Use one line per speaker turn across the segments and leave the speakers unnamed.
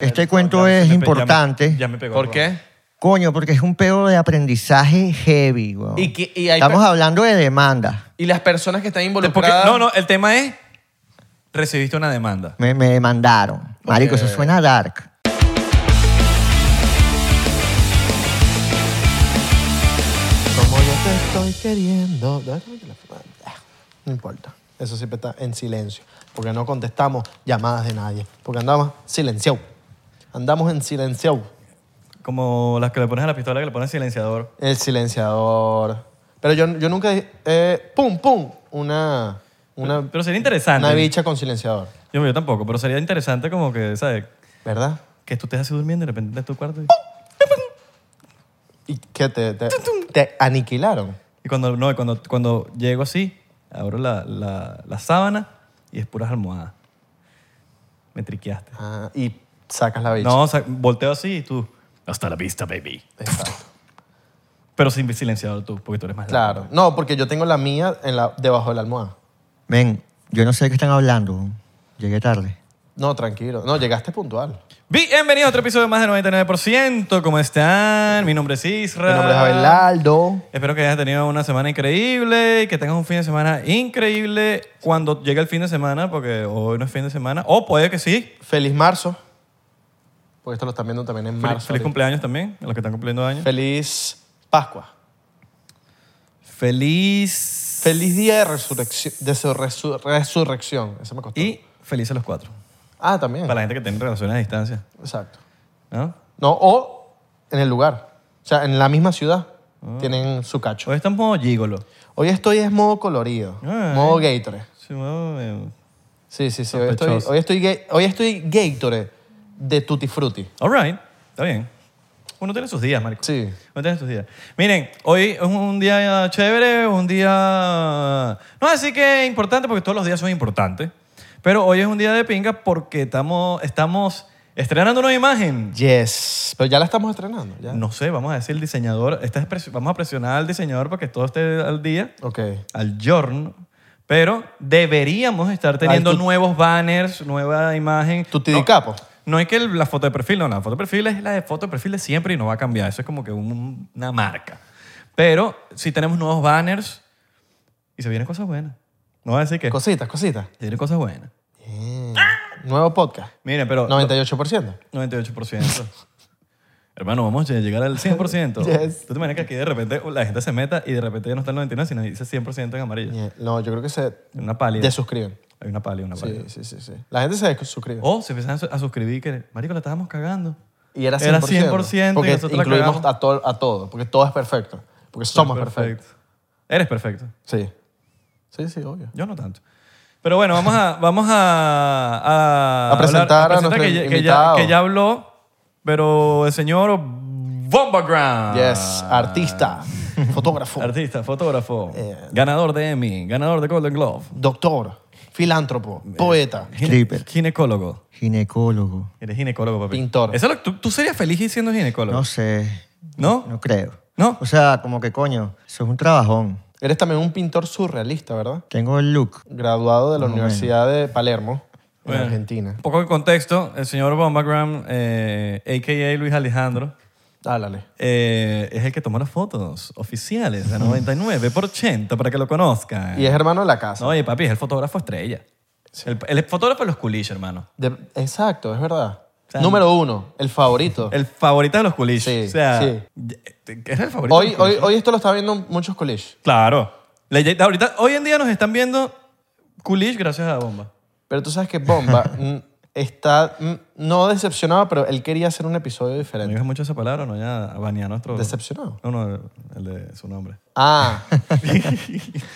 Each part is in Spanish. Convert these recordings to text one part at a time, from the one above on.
Este cuento es importante.
Ya me pegó.
¿Por qué?
Coño, porque es un pedo de aprendizaje heavy, weón.
Y que- y hay
Estamos
per-
hablando de demanda.
Y las personas que están
Porque-
involucradas.
no, no, el tema es, recibiste una demanda.
Me, me demandaron. Marico, eso suena dark.
Como yo te estoy queriendo. ¿Dónde está mi teléfono? Ah, No importa. Eso siempre está en silencio. Porque no contestamos llamadas de nadie. Porque andamos silenciados. Andamos en silenciado.
Como las que le pones a la pistola, que le pones silenciador.
El silenciador. Pero yo, yo nunca dije. eh, ¡Pum, pum! Una. Una,
Pero sería interesante.
una bicha con silenciador.
Yo, yo tampoco, pero sería interesante como que, ¿sabes?
¿Verdad?
Que tú estés así durmiendo y de repente estás en tu cuarto y,
¿Y qué? Te, te, te aniquilaron.
y cuando, no, y cuando, cuando llego así, abro la, la, la sábana y es puras almohadas. Me triqueaste.
Ah, y sacas la bicha.
No, o sea, volteo así y tú, hasta la vista, baby.
Exacto.
Pero sin silenciador tú, porque tú eres más largo.
Claro. No, porque yo tengo la mía en la, debajo de la almohada.
Ven, yo no sé de qué están hablando. weón. Llegué tarde.
No, tranquilo. No, llegaste puntual.
Bienvenidos a otro episodio más de 99%. ¿Cómo están? Mi nombre es Isra.
Mi nombre es Abelardo.
Espero que hayas tenido una semana increíble y que tengas un fin de semana increíble cuando llegue el fin de semana, porque hoy no es fin de semana. O puede que sí.
Feliz marzo. Porque esto lo están viendo también en
Fel-
marzo.
feliz
ahorita.
cumpleaños también, a los que están cumpliendo años.
Feliz Pascua.
feliz.
Feliz día de resurrección. De su resu- resurrección. Eso me costó.
Y feliz a los cuatro.
Ah, también.
Para la gente que tiene relaciones a distancia.
Exacto.
¿no?
No, o en el lugar. O sea, en la misma ciudad
Ah.
tienen su cacho.
Hoy estamos gigolo.
Hoy estoy es modo colorido.
Ay.
Modo Gatorade.
Sí, bueno, eh,
Sí, sí, sí. Hoy estoy,
Sospechoso.
hoy estoy, ga- hoy estoy Gatorade de Tutti Frutti.
All right, está bien. Uno tiene sus días, Marco.
Sí.
Uno tiene sus días. Miren, hoy es un día chévere, un día... No así que importante porque todos los días son importantes, pero hoy es un día de pinga porque estamos, estamos estrenando una imagen.
Yes. Pero ya la estamos estrenando. ¿ya?
No sé, vamos a decir el diseñador, esta es presi- vamos a presionar al diseñador para que todo esté al día,
Ok.
al giorno, pero deberíamos estar teniendo
Al tu-
nuevos banners, nueva imagen.
Tutti
No-
di capo.
no es que el- la foto de perfil, no, la foto de perfil es la de foto de perfil de siempre y no va a cambiar. Eso es como que un- una marca. Pero si tenemos nuevos banners y se vienen cosas buenas. No voy a decir que se
Cositas, cositas.
vienen cosas buenas.
Nuevo podcast.
Mire, pero
98%.
98%. Hermano, vamos a llegar al 100%.
Yes.
¿Tú te imaginas que aquí de repente la gente se meta y de repente ya no está el 99, sino dice 100% en amarillo?
Yeah. No, yo creo que se
Una pálida.
desuscriben.
Hay una pálida, una pálida.
Sí, sí, sí, sí. La gente se desuscribe.
O se empiezan a su- a suscribir que, marico, la estábamos cagando.
y era 100%.
Era 100% y
porque
nosotros la
incluimos
cagamos.
a, todo, a todo. Porque todo es perfecto. Porque somos perfectos.
Eres perfecto.
Sí. Sí, sí, obvio.
Yo no tanto. Pero bueno, vamos a, vamos a, a,
A presentar a nuestro
que, ya- que ya,
invitado.
que ya habló, pero el señor Bombagram.
Yes. Artista. fotógrafo.
Artista, fotógrafo,
Eh,
ganador de Emmy, ganador de Golden Glove,
doctor. Filántropo. Poeta.
gine-
Stripper.
ginecólogo.
Ginecólogo.
Eres ginecólogo, papi.
Pintor.
Eso es lo- ¿tú, tú serías feliz siendo ginecólogo?
No sé.
¿No?
No creo.
¿No?
O sea, como que coño, eso es un trabajón.
Eres también un pintor surrealista, ¿verdad?
Tengo el look.
Graduado de la Universidad de Palermo,
Bueno,
en Argentina.
Un poco de contexto, el señor Bombagram, eh, a.k.a. Luis Alejandro,
Dálale.
Eh, es el que toma las fotos oficiales a 99% para que lo conozcan.
Y es hermano de la casa.
No, oye, papi, es el fotógrafo estrella. El, el fotógrafo de los culiches, hermano.
De- exacto, es verdad.
sea,
Número uno, el favorito.
El favorito de los culiches.
Sí,
o sea,
sí.
es el favorito. de
hoy,
los
hoy,
culiches.
hoy esto lo está viendo muchos college.
Claro. Le- ahorita, hoy en día nos están viendo culiches gracias a la bomba.
Pero tú sabes que Bomba mm, está, mm, no decepcionado, pero él quería hacer un episodio
No
diferente.
digas mucho esa palabra, no ya banea nuestro.
¿Decepcionado?
No, no, el de su nombre.
Ah,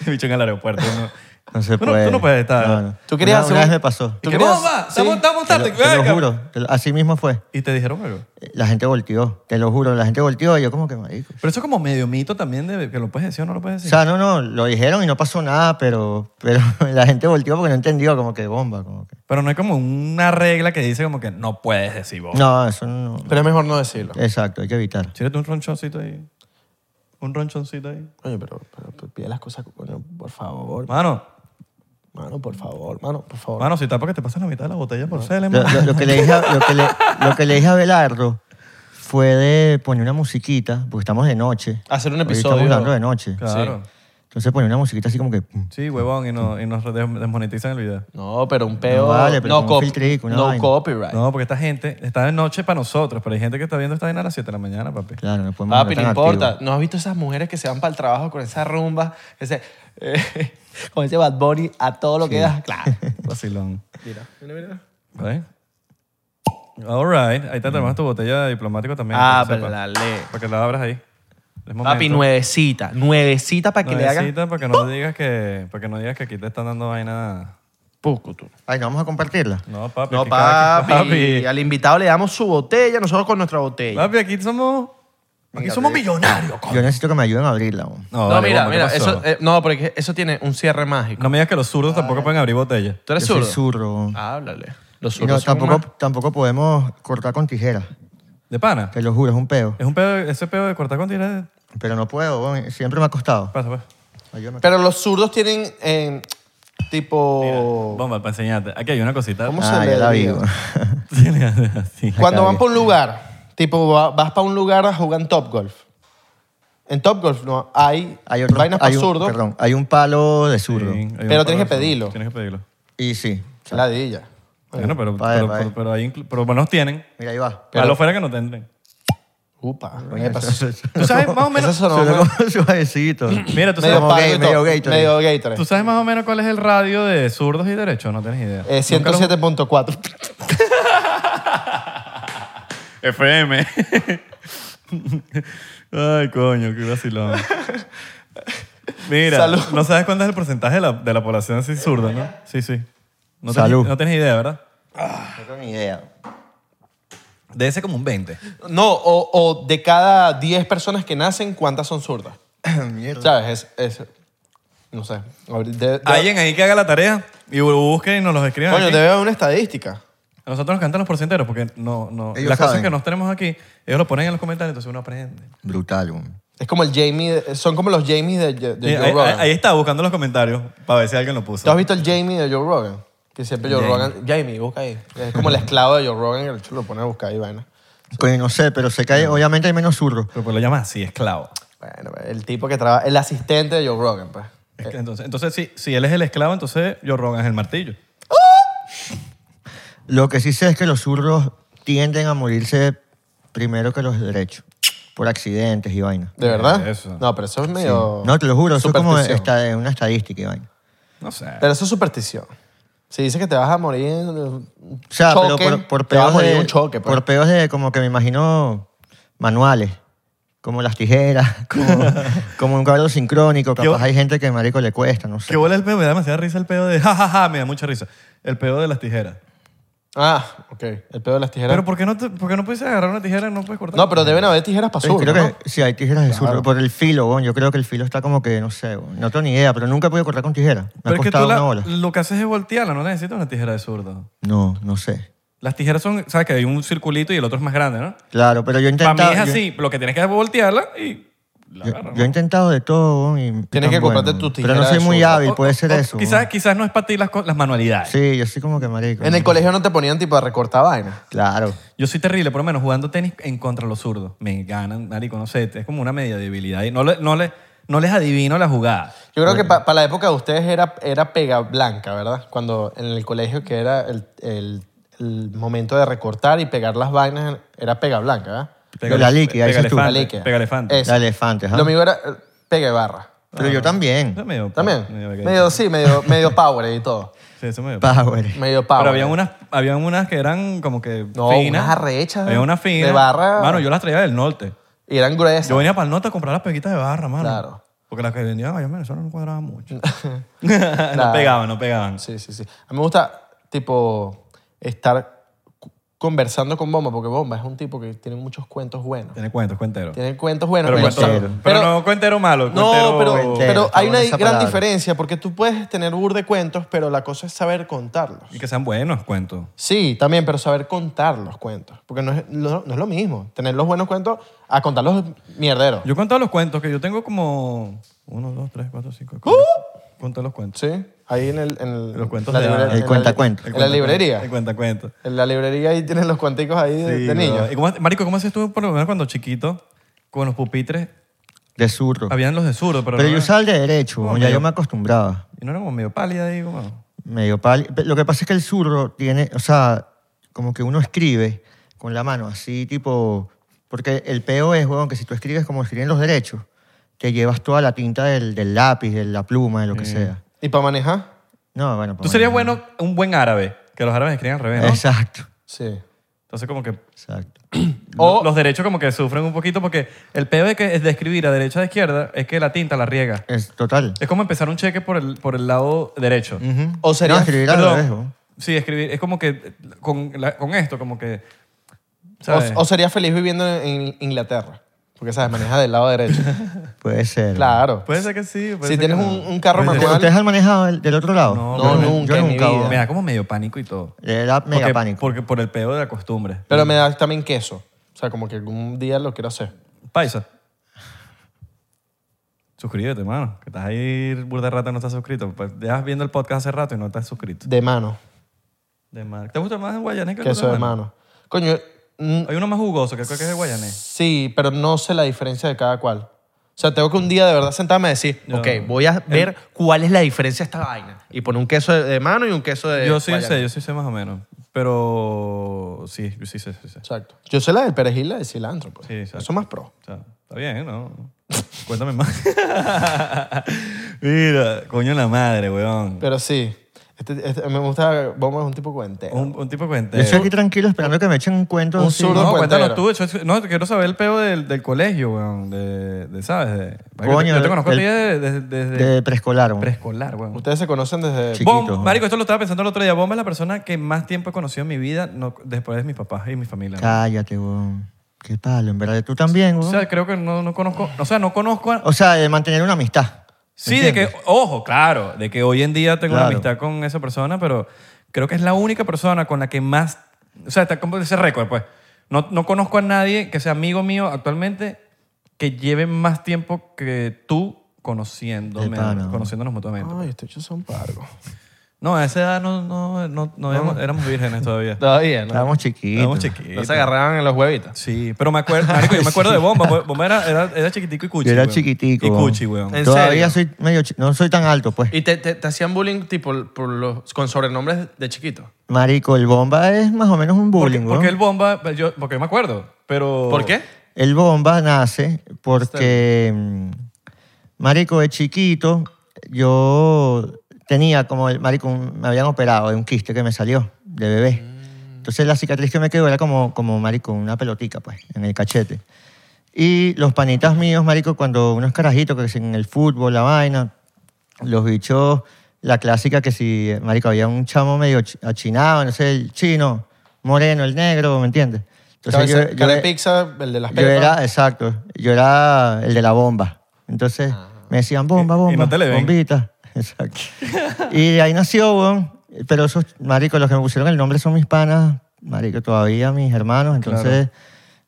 Bicho en el aeropuerto. ¿no?
No se
Tú no-
puede.
tú no puedes estar-
Tú querías
una,
hacer
una
un-
vez me pasó.
tú
Y que,
querías-
"Bomba,
sí,
estamos- estamos
Te
tarde,
lo, te lo
venga".
juro. te lo- así mismo fue.
Y te dijeron algo.
La gente volteó. Te lo juro. La gente volteó y yo como que marico.
Pero eso es como medio mito también de que lo puedes decir o no lo puedes
O
decir.
sea, no, no, lo dijeron y no pasó nada, pero, pero la gente volteó porque no entendió, como que bomba, como que...
Pero no hay como una regla que dice como que no puedes decir vos.
No, eso no...
pero es mejor no decirlo.
Exacto, hay que evitar.
Tírate un ronchoncito ahí. Un ronchoncito ahí.
Oye, pero, pero, pero pide las cosas, coño, por favor.
Mano,
Mano, por favor, mano, por favor.
Mano, si está para que te pases la mitad de la botella por ser
Lo, lo- lo que le dije a, lo, que le, lo que le dije a Abelardo fue de poner una musiquita, porque estamos de noche.
Hacer un
Ahorita
episodio.
Estamos hablando de noche.
Claro.
Entonces poner una musiquita así como que... pum.
Sí, huevón, y, no- y nos des- desmonetizan el video.
No, pero un peo. No,
No vale, pero con un
cop-
filtrico, una
no
vaina.
copyright.
No, porque esta gente está de noche para nosotros, pero hay gente que está viendo esta vaina a las 7 de la mañana, papi.
Claro, no podemos
Papi,
andar
no
tan
importa.
activos.
¿No has visto esas mujeres que se van para el trabajo con esas rumbas? Ese, eh, con ese Bad Bunny a todo lo que da? Claro.
Vacilón.
Mira, mira, mira.
¿Vale? All right. Ahí te tenemos tu botella de diplomático también.
Mm.
para
Ah,
que
pero
sepa.
la ley.
Para que la abras ahí. Es
Papi,
momento.
nuevecita. Nuevecita para que le hagan.
Nuevecita, para que no digas que para que no digas que aquí te están dando vaina
Poco, tú.
Ay, ¿no vamos a compartirla?
no papi
No,
aquí cada-
papi, Al invitado le damos su botella, nosotros con nuestra
papi,
botella.
aquí somos aquí somos millonarios coño.
Yo necesito que me ayuden a abrirla. bo.
no,
no,
vale,
mira,
bomba, ¿qué
mira.
pasó?
Eso, eh, no, porque eso tiene un cierre mágico.
no me digas que los zurdos
Ah.
tampoco pueden abrir botellas
¿Tú eres
Yo soy
zurdo? Ah,
zurdo. bo.
Háblale. Los
Y no,
zurdos son
tampoco,
más-
tampoco podemos cortar con tijera.
de pana
Te lo juro, es un peo.
es un pedo ese pedo de cortar con tiras
Pero no puedo, bo, siempre me ha costado.
pasa pues
Ayúdame.
Pero los zurdos tienen eh, tipo...
bomba para enseñarte aquí hay una cosita
Oh. ¿Cómo
Ah,
se
ya
le
la
diría?
vi. bo.
así
Cuando
Acá
van
vi.
para un lugar, tipo va- vas para un lugar a jugar en Top Golf. En Top Golf no hay,
Hay otro-
vainas para
hay un-
zurdos,
Perdón, hay un palo de
Sí,
zurdo.
hay un
Pero tienes que
palo-
pedirlo.
tienes que pedirlo
Y sí.
qué ladilla.
bueno pero
Pa' ver,
pero
pa'
pero
ver.
pero ahí inclu- pero menos tienen
Mira, ahí va.
Pero-
Palo fuera que no tendrán
Upa, ¿qué pasó?
tú sabes más o
Eso
menos
sonó
Suena
como-
como suavecito.
mira tú
medio
sabes
Como
pago
gay,
y
medio
todo.
Gatorade.
Medio Gatorade.
¿Tú sabes más o menos cuál es el radio de zurdos y derechos? No tienes idea.
Eh, 107.4.
FM. Ay, coño, qué vacilón. Mira,
Salud.
no sabes cuánto es el porcentaje de la, de la población así zurda, ¿no? Sí, sí. No tienes-
Salud.
no tienes idea, ¿verdad?
No tengo ni idea.
De ese como un 20.
No, o, o de cada 10 personas que nacen, ¿cuántas son zurdas?
Mierda.
¿Sabes? Es, es- no sé. Ahorita- de- de-
Alguien ahí que haga la tarea y bu- busque y nos los escriban.
coño,
aquí.
debe haber una estadística.
A nosotros nos cantan los porcenteros porque no, no.
Ellos
las cosas
saben.
que nos tenemos aquí, ellos lo ponen en los comentarios, entonces uno aprende.
Brutal, weón.
Es como el Jamie, de- son como los Jamies de, de
Sí,
Joe
ahí,
Rogan.
ahí está buscando los comentarios para ver si alguien lo puso.
¿Tú has visto el Jamie de Joe Rogan? Que siempre Joe Rogan. Jamie, busca ahí. Es como el esclavo de Joe Rogan, el chulo lo pone a buscar ahí, vaina.
Coño, no sé, pero sé que hay- obviamente hay menos zurdo.
Pero pues lo llamas así, esclavo.
Bueno, el tipo que trabaja, el asistente de Joe Rogan, pues.
Es que Entonces, entonces si, si él es el esclavo, entonces yo Rogan es el martillo.
Lo que sí sé es que los zurdos tienden a morirse primero que los derechos. Por accidentes y vaina.
¿De verdad?
Eso.
No, pero eso es medio.
No, te lo juro, eso es como
superstición.
esta- una estadística y vaina.
No sé.
Pero eso es superstición. Si dices que te vas a morir en un
O sea,
choque,
pero por, por
te vas a
peos
morir
de,
en un choque, pues.
por peos de como que me imagino manuales, como las tijeras, como, como un cuadro sincrónico,
Yo-
capaz hay gente que marico le cuesta, no
¿Qué
sé.
bola el peo? Me da demasiada risa el peo de jajaja, me da mucha risa. El peo de las tijeras.
Ah, ok. El pedo de las tijeras.
Pero ¿por qué no, te- por qué no puedes agarrar una tijera y no puedes cortar?
no, pero deben haber tijeras para
Pero
sur.
creo
¿no?
que sí, hay tijeras de zurdo por el filo, weón. yo creo que el filo está como que, no sé, weón. no tengo ni idea, pero nunca he podido cortar con tijera. Me
Pero
ha
es que
costado
tú la-
una bola.
lo que haces es voltearla, no necesitas una tijera de zurdo.
No, no sé.
Las tijeras son, sabes que hay un circulito y el otro es más grande, ¿no?
Claro, pero yo he
Para
intentado...
mí es
yo-
así, lo que tienes que hacer es voltearla y la
Yo,
agarras.
yo he intentado de todo. weón, Y
Tienes que
tan
comprarte
bueno.
tus
Pero
tijeras
no soy
de
muy
zurdo.
hábil,
O-
puede
o-
ser
o
eso.
Quizás,
weón.
quizás no es para ti las, co- las manualidades.
Sí, yo soy como que marico.
En el colegio no te ponían tipo a recortar vaina.
Claro.
Yo soy terrible, por lo menos jugando tenis en contra de los zurdos. Me ganan, marico, no sé, es como una media debilidad. Y no, le- no, le- no les adivino la jugada.
Yo creo que para la época de ustedes era, era pega blanca, ¿verdad? Cuando en el colegio que era el, el- el momento de recortar y pegar las vainas era pega blanca, ¿verdad?
Pero la líquida,
pega
dices tú.
elefante,
La líquida.
Pega elefante.
Eso.
La elefante, ajá.
Lo mío era eh, pega de barra.
Pero yo también.
Eso es medio-
También.
medio pega-
Medio, sí, medio, medio power y todo.
Sí, eso es medio-
Power.
Medio power.
Pero había unas, había unas que eran como que
No,
finas.
unas arrechas
Había unas finas.
de barra.
Mano, yo las traía del norte.
Y eran gruesas.
Yo venía para el norte a comprar las peguitas de barra, mano.
Claro.
Porque las que vendían allá en Venezuela no cuadraban mucho.
Claro.
no pegaban, no pegaban.
Sí, sí, sí. A mí me gusta, tipo, estar cu- conversando con Bomba, porque Bomba es un tipo que tiene muchos cuentos buenos.
Tiene cuentos, cuentero.
Tiene cuentos buenos.
pero,
pero-
cuentero.
cuentero.
pero
pero-
no cuentero malo.
No, pero,
cuentero-
Cuentero,
pero
está
hay una
buena esa
gran
palabra.
diferencia porque tú puedes tener bur de cuentos, pero la cosa es saber contarlos.
Y que sean buenos cuentos.
Sí, también, pero saber contar los cuentos. Porque no es, no, no es lo mismo tener los buenos cuentos a contar los mierderos.
Yo he contado los cuentos que yo tengo como. Uno, dos, tres, cuatro, cinco. con todos los cuentos.
Sí, ahí en el... En el-
Los cuentos
la
de-
libre-
El
en la-
cuentacuentos.
En la librería.
El cuenta cuento.
En la librería ahí tienen los cuanticos ahí de, de niños.
Marico, ¿cómo hacías tú por lo menos cuando chiquito con los pupitres?
De zurdo.
Habían los de zurdo, pero,
Pero
no
yo
era-
usaba el de derecho,
No,
ya
medio-
yo me acostumbraba.
y no era como medio pálida ahí, como...
Medio pali- pe- Lo que pasa es que el zurdo tiene, o sea, como que uno escribe con la mano, así tipo. Porque el peo es, weón, que si tú escribes como escriben los derechos, te llevas toda la tinta del, del lápiz, de la pluma, de lo que sea.
¿Y para manejar?
No, bueno.
Tú serías bueno un buen árabe, que los árabes escriben al revés, ¿no?
Exacto,
Sí.
Entonces como que
exacto.
lo- los derechos como que sufren un poquito porque el peor de, que, es de escribir a derecha a izquierda es que la tinta la riega.
Es total.
Es como empezar un cheque por el, por el lado derecho.
Ujú.
O sería-
No, escribir al
Eh, Perdón.
revés, weón.
Sí, escribir. Es como que eh, con, la- con esto, como que... ¿sabes?
O, o sería feliz viviendo en, en Inglaterra. Porque, ¿sabes? Maneja del lado derecho.
Puede ser.
Claro.
puede ser que sí. puede
si
ser
tienes
que
un,
no.
un carro
¿Usted-
manual...
¿Ustedes han manejado el- del otro lado?
No,
Yo
no,
nunca en mi
nunca.
vida.
weón.
Me da como medio pánico y todo.
Le da mega
porque,
pánico.
Porque por el peor de la costumbre.
Pero me da también queso. O sea, como que algún día lo quiero hacer.
Paisa. Suscríbete, hermano. Que estás ahí burda de rato y no estás suscrito. Pues Llevas viendo el podcast hace rato y no estás suscrito.
De mano.
De mar. ¿Te gusta más el guayanés que el
Queso
otro,
de
hermano?
mano. Coño, mm,
Hay uno más jugoso que creo que es el guayanés.
sí, pero no sé la diferencia de cada cual. O sea, tengo que un día de verdad sentarme a decir,
Yo-
ok, voy a ver cuál es la diferencia de esta vaina. Y poner un queso de, de mano y un queso de.
yo sí sé,
guayaba.
yo sí sé más o menos. Pero sí, yo sí sé, sí sé.
Exacto. Yo sé la del perejil, la del cilantro. Pues.
Sí, exacto.
Eso más pro.
O sea, está bien, ¿no? Cuéntame más. Mira, coño la madre, weón.
Pero sí. Este- este- me gusta. Vamos es un tipo cuentero.
Un, un tipo
Yo estoy aquí
cuentero.
tranquilo esperando que me echen un cuento.
Un
así.
zurdo
No, cuéntanos
cuentero.
tú. yo- no, quiero saber el peo del, del colegio, weón. De, de, ¿sabes? De,
Coño,
yo te conozco
el-
a ti desde, desde
De preescolar. weón.
preescolar, weón.
Ustedes se conocen desde.
Sí.
Bom,
chiquito, ¿no?
marico, esto lo estaba pensando el otro día. Bomba es la persona que más tiempo he conocido en mi vida no- después de mis papás y mi familia. ¿no?
Cállate, weón. Qué palo, en verdad. Tú también,
O
weón.
sea, creo que no, no conozco... O sea, no conozco... a-
O sea, de mantener una amistad.
sí, de que... Ojo, claro. De que hoy en día tengo una
Claro.
amistad con esa persona, pero creo que es la única persona con la que más... O sea, está como ese récord, pues. No, no conozco a nadie que sea amigo mío actualmente que lleve más tiempo que tú conociéndome,
De pana.
conociéndonos mutuamente. pues.
Ay, estos hechos son pargos.
No, a esa edad no, no, no, no habíamos- éramos vírgenes todavía.
Todavía, ¿no?
Estábamos chiquitos.
Éramos chiquitos.
pues.
No se agarraban en los huevitos.
Sí, pero me acuerdo, marico, yo me acuerdo de Bomba. Bo- Bomba era, era, era chiquitico y cuchi.
Yo era
weón.
chiquitico.
Y
weón.
cuchi, weón.
¿En
Todavía soy medio chi- No soy tan alto, pues.
¿Y te, te- te hacían bullying tipo por los, con sobrenombres de chiquito?
Marico, el bomba es más o menos un
Porque,
bullying, weón.
porque el Bomba, yo, porque yo me acuerdo, pero...
¿Por qué?
El bomba nace porque, mm, marico, de chiquito yo tenía como, el, marico, un- me habían operado de un quiste que me salió de bebé.
Mm.
Entonces la cicatriz que me quedó era como, como marico, una pelotica, pues, en el cachete. Y los panitas míos, marico, cuando unos carajitos que en el fútbol, la vaina, los bichos, la clásica que si, eh, marico, había un chamo medio ch- achinado, no sé, el chino, moreno, el negro, ¿me entiendes?
Cabeza-
yo- yo-
cara de pizza, el de las
yo
pepas.
era, exacto, yo era el de la bomba. Entonces
Ah.
me decían bomba,
Y- y
bomba,
no te le ven.
bombita. Exacto. y de ahí nació, weón. Pero esos, marico, los que me pusieron el nombre son mis panas, marico, todavía mis hermanos. Entonces,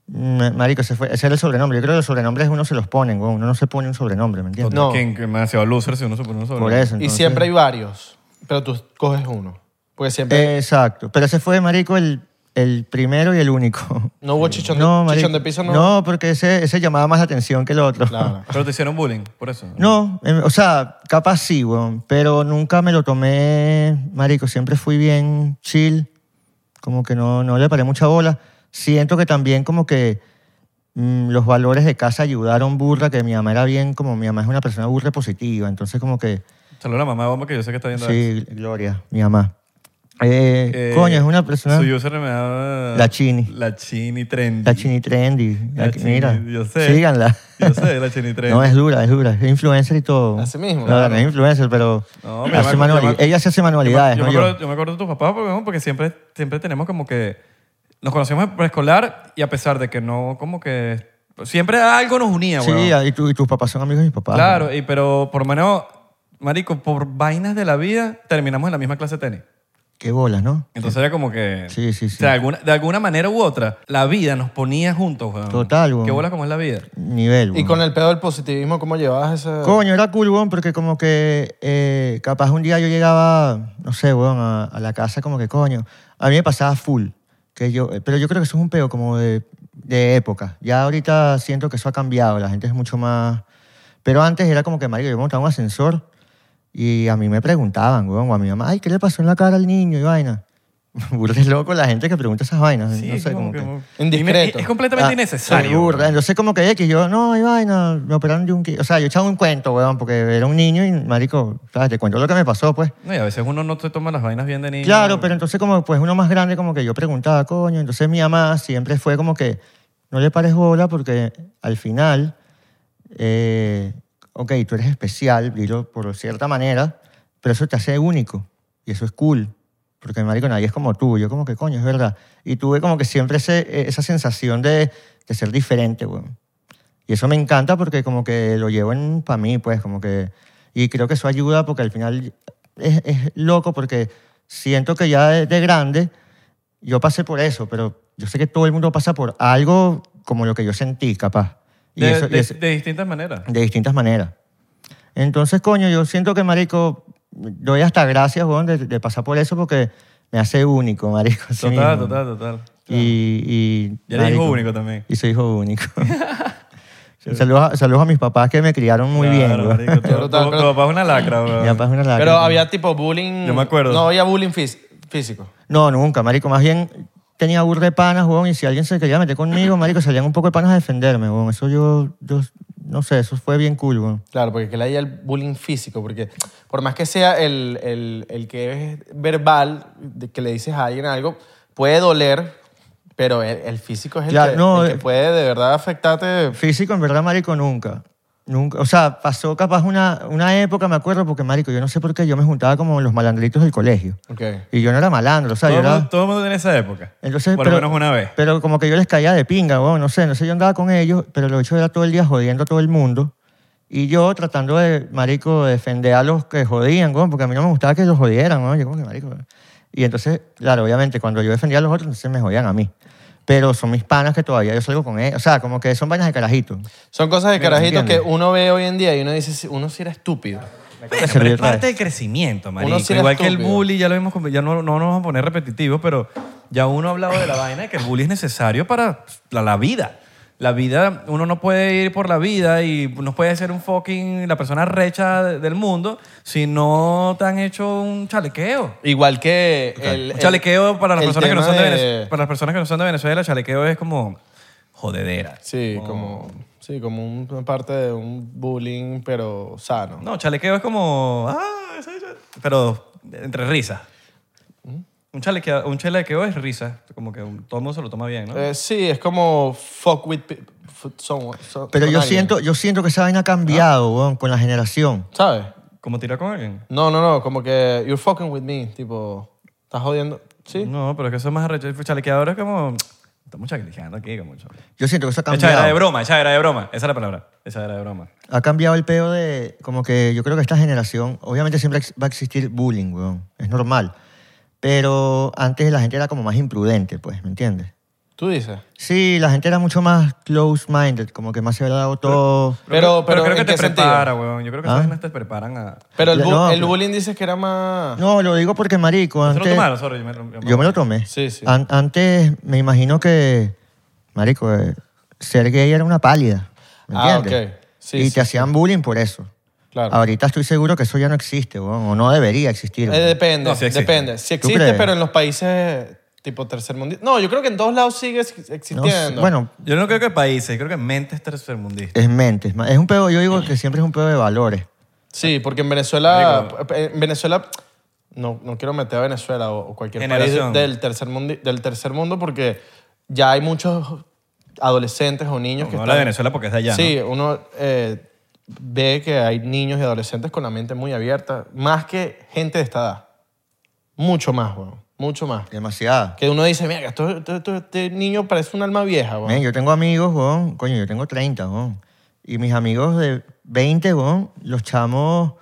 mm, marico, ese, fue, ese era el sobrenombre. Yo creo que los sobrenombres uno se los ponen, weón. Uno no se pone un sobrenombre, ¿me entiendes?
No.
¿Quién? Que me hacía loser si uno se pone uno sobre.
Por eso.
Y
entonces-
siempre hay varios, pero tú coges uno. Porque
Eh,
siempre...
Exacto. Pero ese fue, marico, el, el primero y el único.
no hubo chichón,
No,
de,
marico.
chichón de piso, no.
No, porque ese, ese llamaba más la atención que el otro.
Claro.
Pero te hicieron bullying, por eso.
No, em, o sea, capaz sí, weón, pero nunca me lo tomé, marico, siempre fui bien chill, como que no, no le paré mucha bola. Siento que también como que mm, los valores de casa ayudaron burra, que mi mamá era bien, como mi mamá es una persona burra positiva, entonces como que,
Saludos a la mamá de Bomba que yo sé que está viendo. esto.
sí, Gloria, mi mamá. Eh,
Que
coño, es una persona,
Su user me da...
La Chini.
La Chini Trendy.
la chini trendy, la
La
que-
Chini,
mira,
yo sé.
síganla.
Yo sé, la Chini Trendy.
No, es dura, es dura. Es influencer y todo.
Así mismo,
No,
claro.
no es influencer, pero
No, mi mamá-
hace manuali-
mi mamá-
ella se hace manualidades,
yo,
¿no?
me
Yo.
acuerdo, yo me acuerdo de tus papás porque, porque siempre, siempre tenemos como que... Nos conocemos en preescolar y a pesar de que no como que... Siempre algo nos unía,
Sí,
weón.
y, tú- y tus papás son amigos de mis papás.
Claro, y, pero por lo menos, marico, por vainas de la vida, terminamos en la misma clase de tenis.
Qué bolas, ¿no?
Entonces era como que.
Sí, sí, sí.
O sea, alguna- de alguna manera u otra, la vida nos ponía juntos, weón.
Total, weón.
Qué bola como es la vida.
Nivel,
Y
weón.
con el pedo del positivismo, ¿cómo llevabas ese...?
Coño, era cool, weón, porque como que eh, capaz un día yo llegaba, no sé, weón, a, a la casa como que, coño, a mí me pasaba full. Que yo, eh, pero yo creo que eso es un peo como de, de época. Ya ahorita siento que eso ha cambiado, la gente es mucho más... Pero antes era como que, marico, yo montaba un ascensor y a mí me preguntaban, weón, o a mi mamá, ay, ¿qué le pasó en la cara al niño y vaina? Burda es loco la gente que pregunta esas vainas. no sé, como, que...
Indiscreto.
Es completamente
Ah,
innecesario.
burda.
weón.
Entonces, como que X, yo, no, hay vaina, me operaron de un. qui- O sea, yo echaba un cuento, weón, porque era un niño y, marico, ¿sabes? Te cuento lo que me pasó, pues.
No, y a veces uno no se toma las vainas bien de niño.
Claro, pero entonces, como, pues uno más grande, como que yo preguntaba, coño. Entonces, mi mamá siempre fue como que, no le pares bola, porque al final, eh, ok, tú eres especial, dilo por cierta manera, pero eso te hace único. Y eso es cool. Porque, marico, nadie es como tú. Yo, como que, coño, es verdad. Y tuve como que siempre ese- esa sensación de, de ser diferente, weón. Y eso me encanta porque como que lo llevo en para mí, pues, como que... Y creo que eso ayuda porque al final es, es loco porque siento que ya de, de grande yo pasé por eso, pero yo sé que todo el mundo pasa por algo como lo que yo sentí, capaz. Y
De,
eso- y
de-
eso-
de distintas maneras.
de distintas maneras. Entonces, coño, yo siento que, marico, doy hasta gracias, weón, de, de pasar por eso porque me hace único, marico. así
Total,
mismo.
total, total.
Y, y,
Ya eres hijo
marico,
único también.
Y soy hijo único. saludos, a, saludos a mis papás que me criaron muy bien,
Claro,
weón.
marico, tu-
Pero tal,
tu-
pero-
tu papá es una lacra, weón.
Mi papá es una lágrima.
Pero había tipo bullying...
Yo me acuerdo.
No había bullying fis- físico.
No, nunca, marico. Más bien tenía burda de panas, weón, y si alguien se quería meter conmigo, marico, salían un poco de panas a defenderme, weón. Eso yo, yo no sé, eso fue bien cool, weón.
Claro, porque que le haya el bullying físico, porque por más que sea el, el- el que es verbal, de que le dices a alguien algo, puede doler, pero el, el físico es el,
Claro,
que,
no,
el que
eh.
puede de verdad afectarte.
Físico, en verdad, marico, nunca. Nunca, o sea, pasó capaz una, una época, me acuerdo, porque, marico, yo no sé por qué yo me juntaba como los malandritos del colegio.
Ok.
Y yo no era malandro, o sea,
Todo
yo
el
era...
mundo- todo el mundo tiene esa época.
Entonces,
Por lo
pero,
menos una vez.
Pero como que yo les caía de pinga, weón, no sé, no sé, yo andaba con ellos, pero lo hecho era todo el día jodiendo a todo el mundo. Y yo tratando de, marico, de defender a los que jodían, weón, porque a mí no me gustaba que los jodieran, weón, yo como que, marico. weón. Y entonces, claro, obviamente, cuando yo defendía a los otros, entonces me jodían a mí. Pero son mis panas que todavía yo salgo con ellos. O sea, como que son vainas de carajito.
Son cosas de carajitos que
entiendo.
uno ve hoy en día y uno dice, "Sí, uno sí era estúpido.
Bueno,
servir
pero es
otra
parte
vez.
del crecimiento, marico.
Uno sí era
Igual que el
estúpido.
bully, ya lo vimos, con- ya no, no nos vamos a poner repetitivos, pero ya uno ha hablado de la vaina de que el bully es necesario para la, la vida. La vida, uno no puede ir por la vida y no puede ser un fucking, la persona recha de- del mundo si no te han hecho un chalequeo.
Igual que el...
Un
el-
chalequeo para las,
el
personas que no
tema
son de...
de-
Venezuela, para las personas que no son de Venezuela, el chalequeo es como jodedera.
Sí,
Oh.
como, sí, como un- una parte de un bullying, pero sano.
No, chalequeo es como. "Ah, sí, sí", pero entre risas.
Mm.
Un chalequeo, un chalequeo es risa. Como que un- todo el mundo se lo toma bien, ¿no?
Eh, sí, es como fuck with pe- f- someone- so-
Pero
con
yo
alguien,
siento, yo siento que esa vaina ha cambiado, weón, con la generación.
¿Sabes?
Como tirar con alguien.
No, no, no, como que you're fucking with me, tipo, estás jodiendo, ¿sí?
No, pero es que eso es más arrecho. El chalequeador es como. Estamos chalequeando aquí, como. chale-
Yo siento que eso ha
Esa era de
cambiado.
broma, esa era de broma. Esa es la palabra. Esa era de broma.
Ha cambiado el peo de, como que yo creo que esta generación, obviamente siempre ex- va a existir bullying, weón, es normal. Pero antes la gente era como más imprudente, pues, ¿me entiendes?
Tú dices.
Sí, la gente era mucho más close-minded, como que más se había dado todo...
Pero, pero,
creo que
¿en
te
qué sentido?
prepara, weón. Yo creo que esas
¿Ah?
vainas te preparan a.
Pero el,
No,
bu-
no,
el
pero-
bullying dices que era más...
No, lo digo porque, marico,
¿Se lo
antes...
tomaron? Sorry, yo me, lo-
Yo me lo tomé.
Sí, sí.
An- antes me imagino que, marico, eh, ser gay era una pálida, ¿me
Ah,
entiendes?
ok. Sí,
y
sí,
te hacían bullying por eso.
Claro.
Ahorita estoy seguro que eso ya no existe, weón, o no debería existir.
Eh,
weón.
depende,
No, sí existe.
depende. Si
¿Tú
existe,
crees?
pero en los países tipo tercer mundo. No, yo creo que en todos lados sigue ex-
No
existiendo.
sé, bueno,
Yo no creo que países, creo que mentes tercermundistas.
es mente. Es ma- es un pedo, yo digo que siempre es un pedo de valores.
Sí, porque en Venezuela, eh, en Venezuela, no, no quiero meter a Venezuela o, o cualquier
Generación.
país del tercer, mundo, del tercer mundo porque ya hay muchos adolescentes o niños que
No habla de Venezuela porque es de allá.
Sí, uno eh, ve que hay niños y adolescentes con la mente muy abierta, más que gente de esta edad. Mucho más, weón. Mucho más.
Demasiado.
Que uno dice, mira, esto, esto- esto- este niño parece un alma vieja, weón.
Men, yo tengo amigos, weón, coño, yo tengo 30, weón. Y mis amigos de 20, weón, los chamos,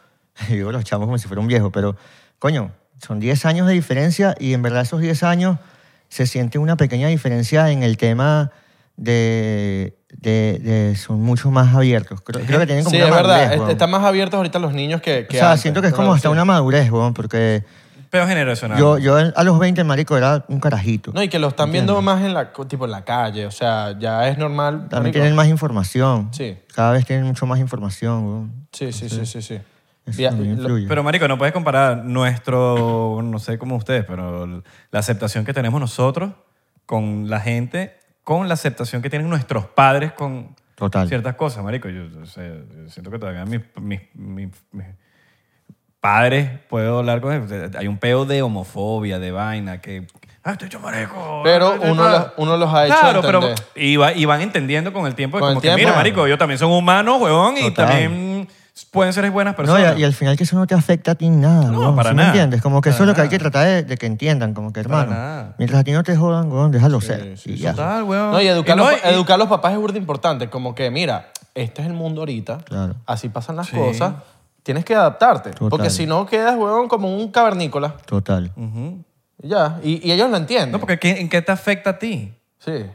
digo los chamos como si fuera un viejo, pero coño, son 10 años de diferencia y en verdad esos 10 años se siente una pequeña diferencia en el tema de... de- de- son mucho más abiertos. Creo, creo que tienen como
Sí,
una
es verdad.
madurez,
est-
weón.
Están más abiertos ahorita los niños que,
O
que
sea,
antes,
siento que es
¿no?
como hasta
Sí.
una madurez, weón, porque
Pero generacional.
yo, yo a los 20, marico, era un carajito.
No, y que lo están viendo más en la, tipo, en la calle. O sea, ya es normal.
También
marico.
tienen más información.
Sí.
Cada vez tienen mucho más información, weón.
Sí, sí, sí, sí, sí.
Eso
Vía-
también
lo-
influye.
Pero, marico, no puedes comparar nuestro, no sé cómo ustedes, pero la aceptación que tenemos nosotros con la gente, con la aceptación que tienen nuestros padres con
Total.
ciertas cosas, marico. Yo, yo sé, yo siento que todavía mis, mis- mis- mis padres, puedo hablar con ellos, hay un peo de homofobia, de vaina, que... ¡Ah, estoy hecho marico!
Pero
Ah, ah,
uno
ah".
los- uno los ha hecho
Claro, pero...
entender.
Y, va- y van entendiendo con el tiempo.
Con el
como que,
tiempo.
mira, marico, ellos también son humanos, huevón, y
Total.
también pueden ser buenas
No,
personas.
y, a- y al final que eso no te afecta a ti en nada,
No,
weón,
para
¿sí
nada.
¿Me entiendes? Como que
Para
eso es lo que hay que
nada.
tratar de, de que entiendan, como que hermano.
nada.
Mientras a ti no te jodan, weón, déjalo ser. y ya.
Total, weón. Eh,
No, y educar,
no,
los,
y-
educar a los papás es burda importante. Como que, mira, este es el mundo ahorita.
Claro.
Así pasan las
Sí.
cosas. Tienes que adaptarte.
Total.
Porque si no, quedas, huevón, como un cavernícola.
Total.
Ujú.
Y Ya. Y, y ellos lo entienden.
No, porque ¿qué- ¿en qué te afecta a ti?
Sí.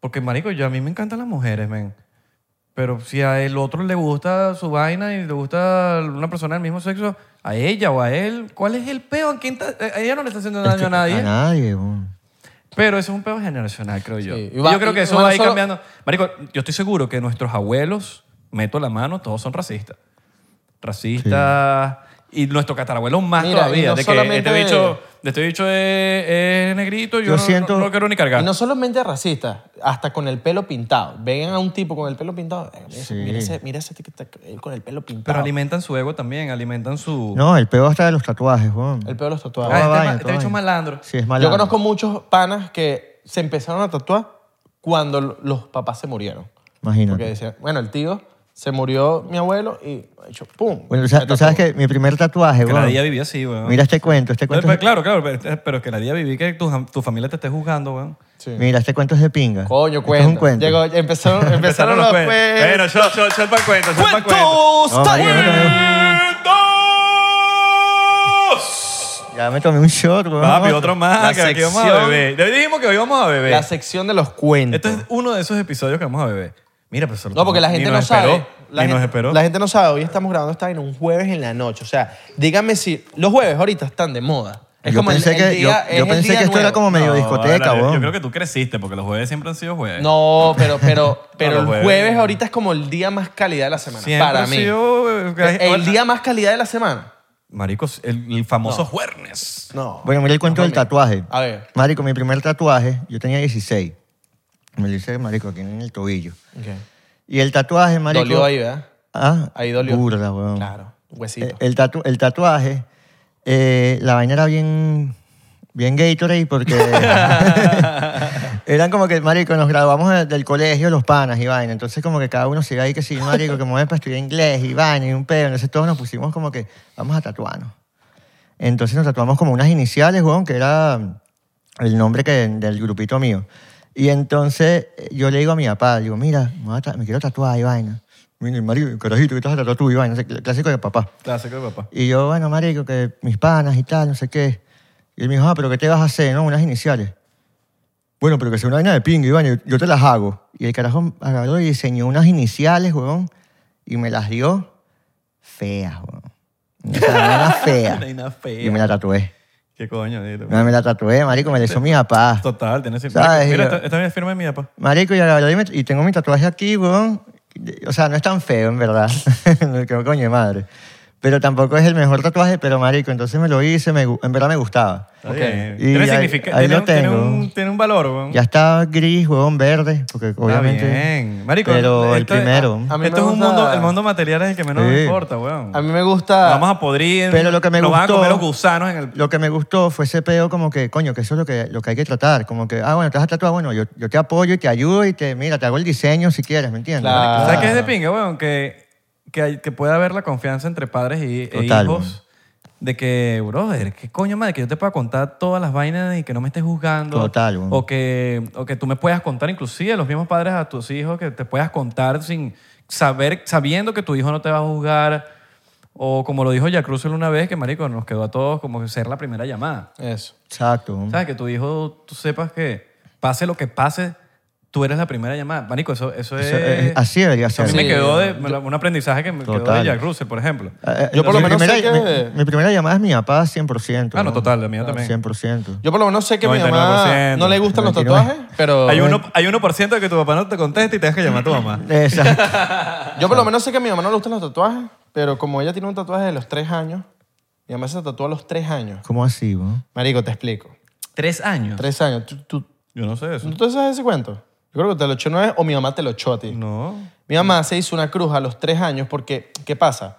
Porque, marico, yo a mí me encantan las mujeres, men. Pero si a el otro le gusta su vaina y le gusta una persona del mismo sexo, a ella o a él, ¿cuál es el peo? ¿A, quién está- a ella no le está haciendo
Es
daño
que-
a nadie.
A nadie, weón.
Pero eso es un peo generacional, creo yo.
Sí, y
Y
va-
yo creo
y
que eso
van
va a ir
solo-
cambiando. Marico, yo estoy seguro que nuestros abuelos, meto la mano, todos son racistas. Racistas. Y nuestro catarabuelo más
Mira, y
todavía.
no
de que
solamente
este
de-
bicho, de este bicho es, es negrito, yo,
Yo
no-
siento-
no, no lo quiero ni cargar.
Y no solamente racistas, hasta con el pelo pintado. Ven a un tipo con el pelo pintado. eh, mira ese- Mira ese, mira ese tipo que está con el pelo pintado.
Pero alimentan su ego también, alimentan su...
No, el peor hasta de los tatuajes, weón.
El pelo de los
Ah,
tatuajes.
Toda
este
vaina,
ma- este
toda
bicho es
vaina.
malandro.
Sí, es malandro.
Yo conozco muchos panas que se empezaron a tatuar cuando l- los papás se murieron.
Imagínate.
Porque decían, bueno, el tío se murió mi abuelo y hecho, ¡pum!
Bueno, o sea,
Me
tú
tatuó.
sabes que mi primer tatuaje,
Que la
weón.
día vivía así, weón.
Mira este cuento, este
Pero-
cuento.
pero
es-
claro, claro, pero, pero que la día viví que tu, jam- tu familia te esté juzgando, weón.
Sí.
Mira, este cuento es de pinga. Este
Coño,
es un
cuento.
cuento.
Llegó, empezaron, empezaron los cuentos.
Bueno, yo, yo, yo para cuento, yo para cuento.
¡Cuentos!
No, marico, yo me tomé- ya me tomé un short, weón.
Papi, otro
La
más, que aquí vamos a
sección-
beber. Hoy dijimos que hoy vamos a beber.
La sección de los cuentos.
Este eh, es uno de esos episodios que vamos a beber. Mira, pero se lo
No, porque la
tomó-
gente
ni
no
nos esperó,
sabe. La
ni
gente,
nos esperó.
la gente no sabe. Hoy estamos grabando esta en un jueves en la noche. O sea, díganme si los jueves ahorita están de moda. Es
Yo
como el-
pensé
el
que-
día-
yo-
es
yo
el
pensé
día
que esto era
nuevo.
como medio
No,
discoteca,
vale, yo,
weón.
yo creo que tú creciste porque los jueves siempre han sido jueves.
No, pero, pero, pero
los
el
jueves.
jueves ahorita es como el día más calidad de la semana.
Siempre
para
ha
mí.
sido, eh, que-
el día más calidad de la semana.
Marico, el, el famoso jueves.
No.
Bueno, mira el cuento del tatuaje.
A ver.
Marico, mi primer tatuaje, yo tenía 16. Me lo hice, marico, aquí en el tobillo. Y el tatuaje, marico...
Dolió ahí, ¿verdad?
Ah,
Ahí dolió.
burda, weón.
Claro,
Eh,
huesito.
El, tatu- el tatuaje, eh, la vaina era bien... Bien Gatorade porque... eran como que, marico, nos graduamos de- del colegio los panas y vaina. Entonces como que cada uno se iba ahí que sí, marico, que me voy para estudiar inglés y vaina y un pedo. Entonces todos nos pusimos como que vamos a tatuarnos. Entonces nos tatuamos como unas iniciales, weón, que era el nombre que, del grupito mío. Y entonces eh, yo le digo a mi papá, digo, mira, me, voy a ta- me quiero tatuar y vaina. Mira, el marico, carajito, que te vas a tatuar tú y vaina. Ese cl- Clásico de papá.
Clásico de papá.
Y yo, bueno, marico, que mis panas y tal, no sé qué. Y él me dijo, ah, pero ¿qué te vas a hacer, no? Unas iniciales. Bueno, pero que sea una vaina de pinga, Iván, yo, yo te las hago. Y el carajo agarró y diseñó unas iniciales, weón, y me las dio feas, weón. O sea, una vaina fea.
Una vaina fea.
Y me la tatué.
¿Qué coño? dilo.
Ah.
No, me la tatué, marico, me la hizo mi papá.
Total, tienes que
¿Sabes?
Mira,
Yo-
esta, esta es la firma de mi papá.
Marico, y, agarró y me- y tengo mi tatuaje aquí, weón. O sea, no es tan feo, en verdad. No, que coño de madre. Pero tampoco es el mejor tatuaje, pero marico, entonces me lo hice, me gu- en verdad me gustaba.
Está
Ok.
bien.
Y
Tiene
ahí-
significado.
ahí
Tiene,
lo
un- tiene
tengo.
un, tiene un valor, weón.
Ya está gris, huevón, verde, porque
Está
obviamente.
bien. Marico,
pero el
esto es-
primero.
a- a mí me
Esto es un
gusta-
mundo, el mundo material es el que menos
Sí.
importa, weón.
A mí me gusta.
Vamos a podrir.
Pero lo que me
nos van a
gustó-
comer los gusanos en el.
Lo que me gustó fue ese peo como que, coño, que eso es lo que, lo que hay que tratar. Como que, ah, bueno, te vas a tatuar, bueno, yo, yo te apoyo y te ayudo y te, mira, te hago el diseño si quieres, ¿me entiendes?
Claro.
¿Sabes qué es de
Ah.
pinga, weón? Que, que, hay- que pueda haber la confianza entre padres y, e
Total,
hijos. De que, brother, ¿qué coño madre? Que yo te pueda contar todas las vainas y que no me estés juzgando.
Total, weón.
O que, o que tú me puedas contar, inclusive los mismos padres a tus hijos, que te puedas contar sin saber, sabiendo que tu hijo no te va a juzgar. O como lo dijo Yacruzul una vez, que marico, nos quedó a todos como que ser la primera llamada.
Eso.
Exacto.
¿Sabes? Que tu hijo, tú sepas que pase lo que pase, tú eres la primera llamada. Marico, eso, eso,
Eso,
es...
eh, así debería
Eso a
ser.
mí me quedó de, me la- un aprendizaje que me quedó de
Total.
Jack Russell, por ejemplo. Ah,
Eh, eh,
Yo por lo
mi
menos
primera,
sé que-
mi, mi primera llamada es mi papá 100%.
Ah, no, total, la mía también.
100%.
Yo por lo menos sé que a mi mamá
99%.
no le gustan los
99.
tatuajes, pero
Hay, uno, hay 1% de que tu papá no te conteste y tengas que llamar a tu mamá.
Exacto.
yo por lo menos sé que a mi mamá no le gustan los tatuajes, pero como ella tiene un tatuaje de los tres años, mi mamá se tatuó a los tres años.
¿Cómo así, bro?
Marico, te explico.
¿Tres años?
Tres años. ¿Tú, tú,
Yo no sé eso.
¿tú te sabes ese cuento? Yo creo que te lo echó una vez o mi mamá te lo echó a ti.
No.
Mi mamá se hizo una cruz a los tres años porque, ¿qué pasa?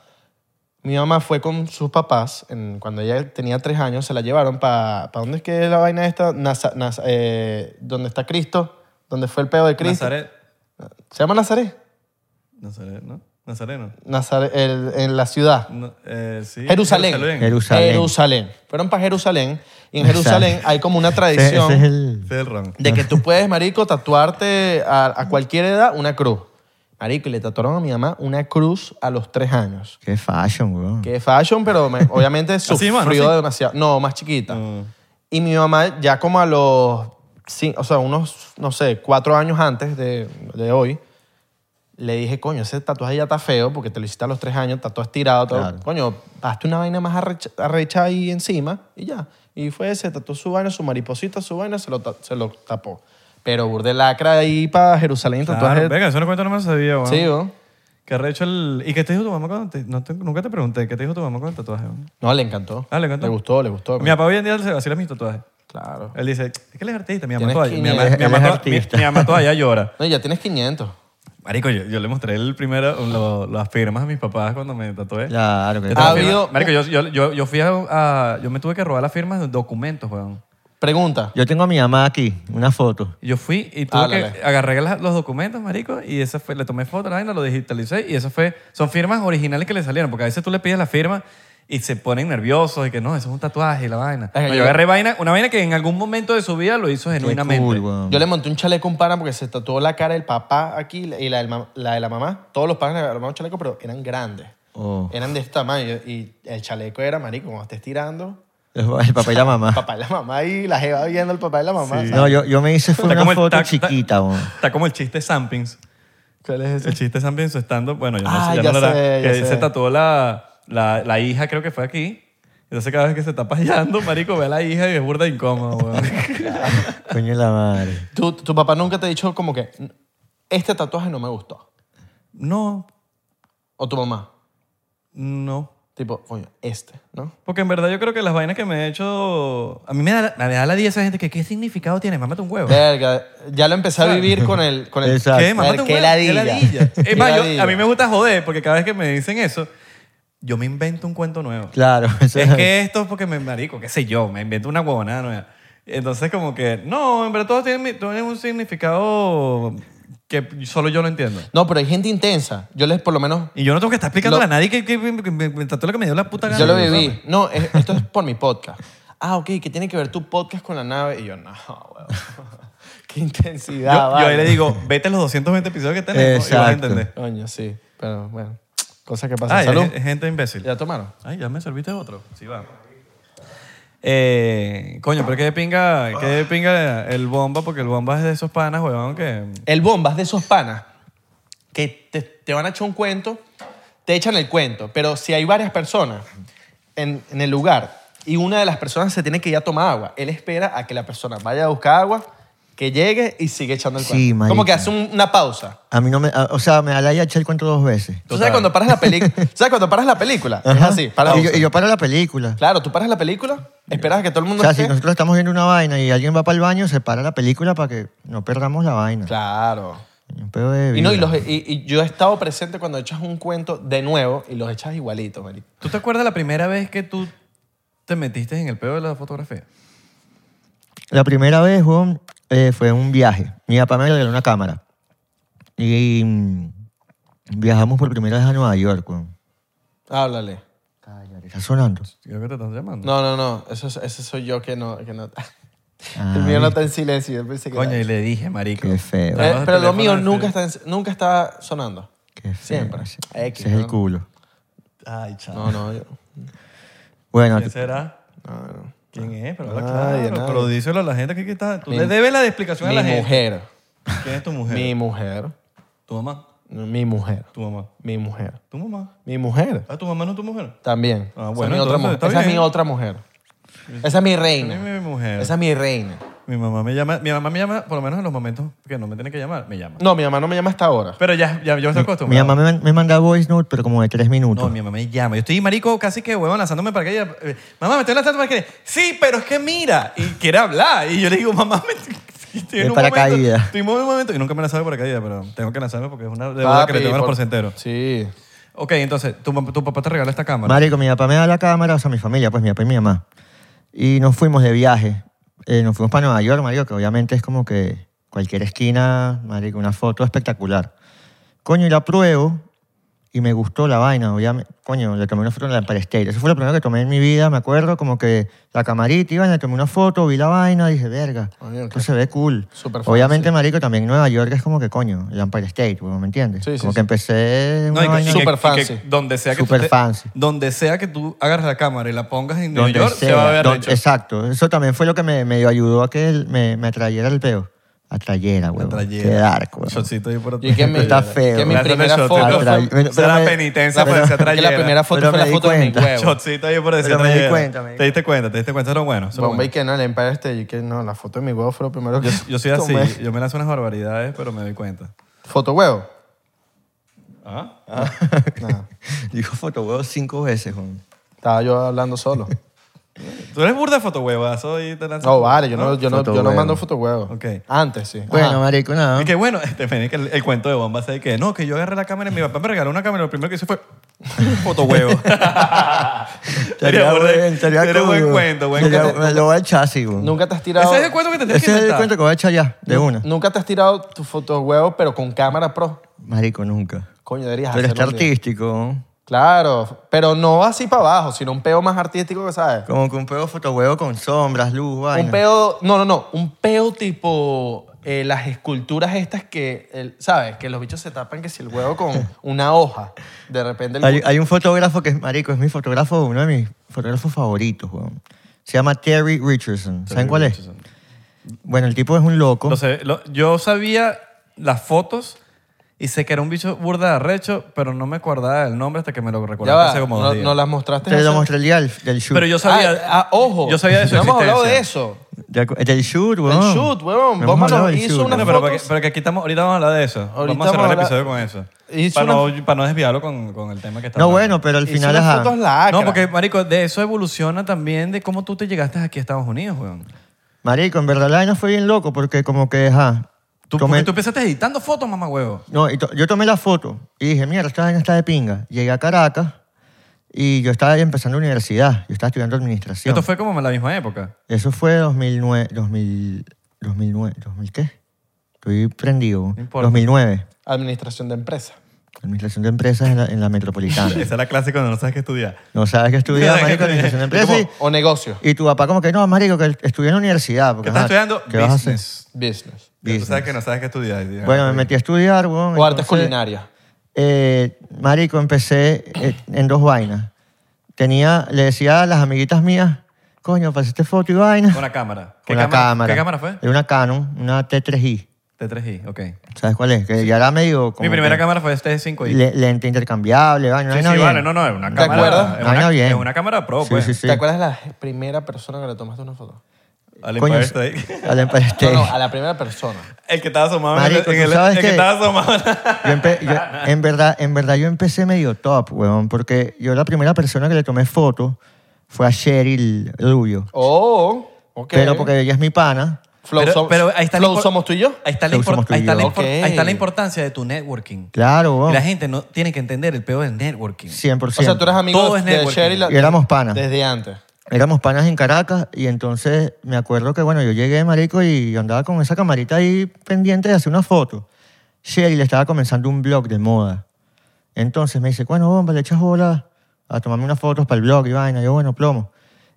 Mi mamá fue con sus papás, en- cuando ella tenía tres años, se la llevaron para... ¿Para dónde es que es la vaina esta? Naza- Naz- eh, ¿Dónde está Cristo? ¿Dónde fue el pedo de Cristo?
Nazaret.
¿Se llama Nazaret?
Nazaret, ¿no? Nazareno.
Nazaret, el- en la ciudad.
No, eh, sí.
Jerusalén.
Jeru- Jerusalén.
Jerusalén. Fueron para Jerusalén y en
Exacto.
Jerusalén hay como una
Ese- ese
tradición
es el-
Ese es el ron.
de que tú puedes, marico, tatuarte a, a cualquier edad una cruz. Marico, y le tatuaron a mi mamá una cruz a los tres años.
Qué fashion, bro.
que es fashion, pero me- obviamente
Así,
sufrió
mano, así.
demasiado. No, más chiquita.
No.
Y mi mamá ya como a los, cin- o sea, unos, no sé, cuatro años antes de, de hoy, le dije, coño, ese tatuaje ya está feo porque te lo hiciste a los tres años, está todo estirado. todo.
Claro.
Coño, hazte una vaina más arrecha, arrecha ahí encima y ya. Y fue, se tatuó su vaina, su mariposita, su vaina, se lo, ta- se lo tapó. Pero burde lacra ahí para Jerusalén, tatuaje.
Claro, venga, eso no cuento, no me lo sabía, weón.
sí, ¿no?
Que arrecho el... ¿Y qué te dijo tu mamá cuando te... no te- Nunca te pregunté, ¿qué te dijo tu mamá con el tatuaje? weón?
No, le encantó.
Ah, le encantó.
Le gustó, le gustó.
Mi papá hoy en día se vacila mis tatuajes.
Claro.
Él dice, es que él es artista, mi mamá
Tienes
todavía...
que-
Mi mamá,
Él es-
mi mamá
él es
toda- mi-
artista.
mi mamá todavía llora.
No, y ya tienes 500.
Marico, yo, yo le mostré el primero, lo- las firmas a mis papás cuando me tatué.
Claro que
Yo
sí.
tengo
Ah,
firmas.
habido-
Marico, yo, yo, yo, yo fui a, a- Yo me tuve que robar las firmas de documentos, weón.
Pregunta.
Yo tengo a mi mamá aquí, una foto.
Yo fui y tuve
Háblale.
que agarré las- los documentos, marico, y esa fue, le tomé foto, la vaina, lo digitalicé y eso fue, son firmas originales que le salieron, porque a veces tú le pides la firma y se ponen nerviosos y que no, eso es un tatuaje y la vaina.
Venga,
No,
yo-
yo agarré vaina, una vaina que en algún momento de su vida lo hizo
Qué
genuinamente.
cool, weón.
Yo le monté un chaleco a un pana porque se tatuó la cara del papá aquí y la, del mam- la de la mamá. Todos los panas le armaron chaleco, pero eran grandes.
Oh.
Eran de este tamaño. Y el chaleco era, marico, cuando estés tirando,
El papá y la mamá.
papá y la mamá y la jeva viendo el papá y la mamá. ¿sabes?
No, yo, yo me hice fue
Está
una
como el
foto
tac- tac-
chiquita, weón.
Está como el chiste Sampings.
¿Cuál es
El chiste Sam Pienso estando, bueno, yo no
Ah,
sé, ya,
ya
no la-
sé, ya
que
sé.
se tatuó la, la, la hija, creo que fue aquí. Entonces cada vez que se está payando, marico, ve a la hija y es burda incómodo, weón.
Coño de la madre.
¿Tu, tu papá nunca te ha dicho como que este tatuaje no me gustó.
No,
O tu mamá.
no.
Tipo, coño, este, ¿no?
Porque en verdad yo creo que las vainas que me he hecho... A mí me da, la- me da la 10 esa gente que qué significado tiene, mámate un huevo.
Verga, ya lo empecé a vivir con el... Con el
Exacto.
¿Qué? Mámate
Ver,
un
qué
huevo,
ladilla. Qué
Es más, yo-
ladilla.
a mí me gusta joder porque cada vez que me dicen eso, yo me invento un cuento nuevo.
Claro. eso
Es que esto es porque me marico, qué sé yo, me invento una huevonada nueva. Entonces como que, no, en verdad todos tienen, mi- todos tienen un significado que solo yo lo entiendo.
No, pero hay gente intensa. Yo les, por lo menos,
Y yo no tengo que estar explicándole
Lo-
a nadie que, que, que- que me, me trató lo que me dio la puta gana.
Yo lo viví. No, es- eh, esto es por mi podcast. Ah, ok, ¿qué tiene que ver tu podcast con la nave? Y yo, no, weón. Qué
Yo,
intensidad,
yo ahí
vale.
le digo, vete a los 220 episodios que tenemos y vas a
Exacto.
entender.
Coño, sí. Pero bueno, cosas que pasan.
Ay,
Salud.
es- es gente imbécil.
¿Ya tomaron?
Ay, ya me serviste otro. Sí, va. Eh, coño, pero que de pinga, que de pinga el bomba, porque el bomba es de esos panas, weón, que...
El bombas de esos panas que te, te van a echar un cuento, te echan el cuento. Pero si hay varias personas en, en el lugar y una de las personas se tiene que ir a tomar agua, él espera a que la persona vaya a buscar agua, que llegue y sigue echando el
Sí,
cuento. Como
marico.
que hace un- una pausa.
A mí no me. a- o sea, me da la yacha el cuento dos veces.
Tú sabes cuando paras la película. ¿Sabes cuando paras la película? Es así. paras-
y, yo, y yo paro la película.
Claro, tú paras la película, esperas a que todo el
O
mundo
sea,
esté-
si nosotros estamos viendo una vaina y alguien va para el baño, se para la película para que no perdamos la vaina.
Claro.
Un pedo de
Y, no, y,
vibra.
los, y, y yo he estado presente cuando echas un cuento de nuevo y los echas igualito, marico.
¿Tú te acuerdas la primera vez que tú te metiste en el pedo de la fotografía?
La primera vez, weón, eh, fue un viaje. Mi papá me regaló una cámara. Y mm, viajamos por primera vez a Nueva York, weón.
Háblale.
Está sonando.
Creo que te están llamando.
No, no, no. Eso, es- ese soy yo que no... Que no el
Ay,
mío no está en silencio. yo pensé que
Ah. Coño,
era-
y le dije, marico.
Qué feo.
Eh,
Trabajo de
pero lo
teléfono
mío
de-
nunca está, en- nunca está sonando.
Qué feo.
Siempre.
Ese,
X,
ese es el
¿no?
culo.
Ay, chao.
No, no, yo.
Bueno,
¿Quién será?
No, no.
¿Quién es? Pero habla
Nadie,
claro,
nadie.
pero díselo a la gente que aquí está. Tú
Mi-
le debes la explicación a la
Mi
gente.
mujer.
¿Quién es tu mujer?
Mi mujer.
¿Tu mamá?
Mi mujer.
¿Tu mamá?
Mi mujer.
¿Tu mamá?
Mi mujer.
¿Ah, tu mamá no es tu mujer?
También.
Ah,
Esa
bueno,
es mi otra
entonces,
mujer.
está
Esa es
bien.
mi otra mujer. Esa es mi reina.
Esa es mi mujer.
Esa es mi reina.
Mi mamá me llama, mi mamá me llama, por lo menos en los momentos que no me tiene que llamar, me llama.
No, mi mamá no me llama hasta ahora.
Pero ya, ya yo estoy acostumbrado.
mi mamá me, man- me manda voice note, pero como de tres minutos.
No, mi mamá me llama. Yo estoy marico casi que huevón lanzándome para que ella. eh, Mamá, me estoy lanzando para que. Sí, pero es que mira. Y quiere hablar. Y yo le digo, mamá, me. Estoy
De paracaídas.
Momento, estoy en un momento. Y nunca me he lanzado de paracaídas, pero tengo que lanzarme porque es una deuda que le
Papi,
tengo a los
por-
porcenteros.
Sí.
Ok, entonces, tu, pap- tu papá te regala esta cámara.
Marico, mi papá me da la cámara, o sea, mi familia, pues mi papá y mi mamá. Y nos fuimos de viaje. Eh, nos fuimos para Nueva York, marico, que obviamente es como que cualquier esquina, marico, una foto espectacular. Coño, y la pruebo y me gustó la vaina, obviamente. Coño, le tomé una foto en la Empire State. Eso fue lo primero que tomé en mi vida, me acuerdo, como que la camarita, iba, le tomé una foto, vi la vaina, dije, verga,
Coño,
esto
qué-
se ve cool.
Súper fancy.
obviamente, marico, también Nueva York es como que, coño, la Empire State, weón, ¿me entiendes?
Sí, sí,
como
sí.
que empecé... en una
No, y que- y
vaina-
que-
Super
y que
fancy.
donde sea que tú
Super
te-
fancy.
Donde sea que tú hagas la cámara y la pongas en Nueva
Donde
York, se
sea,
va a ver
donde-
hecho.
Exacto. Eso también fue lo que me medio ayudó a que él me, me atrayera el peo. Atrayera, güey. Qué dark, huevón.
Shotcito ahí por
Y que mi-
Está feo.
Que mi
Lánzame
primera
shot,
foto.
Atra-
Atrayera.
fue-
pero-
Será
pero-
penitencia
pero-
por decir
Que la
atrayera.
primera foto
Pero
fue
me
la
di
foto de mi
cuenta.
huevo.
Shotcito ahí por decir
Pero me di
atrayera.
cuenta, me di
Te diste cuenta, te diste cuenta, eran buenos. son
Bombay
buenos.
que no, el Empire State. Yo que no, la foto de mi huevo fue lo primero que
Yo soy así,
tomé.
yo me lanzo unas barbaridades, pero me doy cuenta.
¿Foto huevo?
¿Ah?
Nada.
Dijo fotohuevo cinco veces, Juan.
Estaba yo hablando solo.
Tú eres burda de fotohuevazo y te lanzas.
No, vale, yo no, yo no,
Foto
yo no
huevo.
mando foto huevo.
Ok.
Antes, sí. Ajá.
Bueno, marico, nada.
Y que bueno, este, ven, que el, el cuento de bomba es que no, que yo agarré la cámara y mi papá me regaló una cámara y lo primero que hice fue fotohuevo.
Estaría bueno, estaría
Era buen
cool.
cuento, buen
Estaría-
cuento.
me Lo voy a echar así, güey.
Nunca te has tirado.
Ese es el cuento que te tienes que
Ese es el
inventar.
cuento que voy a echar ya, de una.
Nunca te has tirado tu foto huevo, pero con cámara pro.
Marico, nunca.
Coño, deberías
Pero está
hacerlo un día.
artístico, ¿no?
Claro, pero no así para abajo, sino un peo más artístico que sabes.
Como que un peo fotohuevo con sombras, luz, vaina.
Un peo, no, no, no, un peo tipo eh, las esculturas estas que, el- ¿sabes? Que los bichos se tapan que si el huevo con una hoja, de repente el
Hay, hay un fotógrafo que es marico, es mi fotógrafo, uno de mis fotógrafos favoritos, weón. Se llama Terry Richardson. ¿Saben cuál es? Bueno, el tipo es un loco.
Entonces, lo- yo sabía las fotos y sé que era un bicho burda de arrecho, pero no me acordaba del nombre hasta que me lo
ya
recordaste
va,
hace como
no,
dos días.
no las mostraste.
Te
hace-
lo mostré el día del, del shoot.
Pero yo sabía.
Ah, ah, ojo,
Yo sabía de su
no hemos hablado de
existencia.
eso.
De acu- del shoot, weón.
Del shoot, weón.
No
Vos
hemos hablado
nos
del
hizo
shoot,
una
No,
weón.
pero, para
fotos-
que, pero que aquí estamos, ahorita vamos a hablar de eso.
Ahorita
vamos a cerrar el
vamos a
episodio
hablar-
con eso.
Hizo
Para,
una-
no, para no desviarlo con, con el tema que está
No,
hablando.
bueno, pero al
Hizo
final,
unas
ajá.
fotos lacras.
No, porque, marico, de eso evoluciona también de cómo tú te llegaste aquí a Estados Unidos, weón.
Marico, en verdad la vaina fue bien loco porque como que, ajá.
Tú,
tomé-
porque tú empezaste editando fotos, mamá huevo.
No, y to- yo tomé la foto y dije, mira, esta vaina está de pinga. Llegué a Caracas y yo estaba empezando universidad. Yo estaba estudiando administración.
Esto fue como en la misma época.
Eso fue 2009, 2000, 2009, 2000 qué? Estoy prendido.
No importa.
2009,
Administración de empresa.
administración de empresas en la, en la metropolitana.
Esa es la clase cuando no sabes qué estudiar.
No sabes que estudiar, marico, administración de empresas.
¿Cómo? O negocio,
Y, y tu papá como que, no, marico, que estudié en la universidad.
Que
Porque, ajá,
estás estudiando
¿Qué vas a hacer?
business.
business.
Tú sabes que no sabes qué estudiar. digamos.
Bueno, me metí a estudiar, weón.
O artes
entonces,
culinarias.
eh, marico, empecé eh, en dos vainas. Tenía, le decía a las amiguitas mías, coño, pasaste foto y vaina.
Con la cámara.
Con la cámara.
¿Qué cámara fue?
Era una Canon, una T3i.
T3i, ok.
¿Sabes cuál es? Que ya era medio... como
Mi primera
que-
cámara fue este 5i.
Le- lente intercambiable, vaina.
sí,
vaina
sí,
bien.
vale, no, no, es una
¿Te
cámara.
acuerdas?
Es
Vaina
una,
bien.
es una cámara pro,
Sí,
pues.
sí, sí.
¿Te acuerdas de la primera persona que le tomaste una foto?
Al
Coño,
Empire State.
al Empire State.
No, no, a la primera persona.
El que estaba asomado en el-
Marico,
en
¿tú
el,
sabes
el que
qué?
estaba asomado. en la-
Yo empe- yo- en, verdad, en verdad, yo empecé medio top, weón, porque yo la primera persona que le tomé foto fue a Cheryl Rubio.
Oh, ok.
Pero porque ella es mi pana.
Flow,
Pero-
som-
pero ahí está la
Flow
impor-
somos tú y yo.
Ahí está, la
Lo
impor-
usamos tú y
ahí está
yo.
la impor-
Ok.
ahí está la importancia de tu networking.
Claro,
Y La
weón.
gente no tiene que entender el peor del networking.
100%.
O sea, tú eras amigo
Todo es
de
networking.
Sherry la-
Y éramos panas.
desde antes.
Éramos panas en Caracas y entonces me acuerdo que, bueno, yo llegué, marico, y yo andaba con esa camarita ahí pendiente de hacer una foto. Cheryl estaba comenzando un blog de moda. Entonces me dice, bueno, bomba, le echas bola a tomarme unas fotos para el blog y vaina. Yo, bueno, plomo.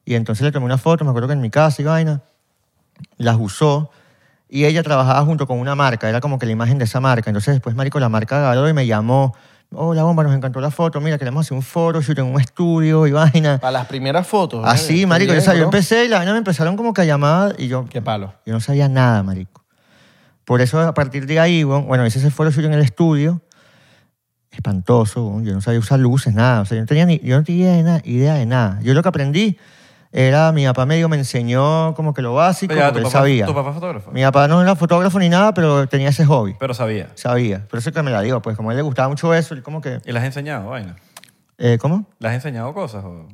Y entonces le tomé una foto, me acuerdo que en mi casa y vaina, las usó y ella trabajaba junto con una marca, era como que la imagen de esa marca. Entonces después, marico, la marca agarró y me llamó, Hola, bomba, nos encantó la foto. Mira, queremos hacer un foro, shoot en un estudio y vaina.
Para las primeras fotos.
Así,
¿eh?
Ah, marico. Yo,
Bien,
o sea, yo
bro.
empecé y la vaina me empezaron como que a llamar y yo...
Qué palo.
Yo no sabía nada, marico. Por eso a partir de ahí, weón, bueno, hice ese foro suyo en el estudio. Espantoso, weón. yo no sabía usar luces, nada. O sea, yo no tenía, ni, yo no tenía de na- idea de nada. Yo lo que aprendí era, mi papá medio me enseñó como que lo básico,
Pero ya,
porque
tu
él
papá-
sabía.
tu papá es fotógrafo.
Mi papá no era fotógrafo ni nada, pero tenía ese hobby.
Pero sabía.
Sabía. Por eso que me la digo, pues como a él le gustaba mucho eso, él como que...
¿Y le has enseñado, vaina?
eh, ¿Cómo?
¿Le has enseñado cosas? o?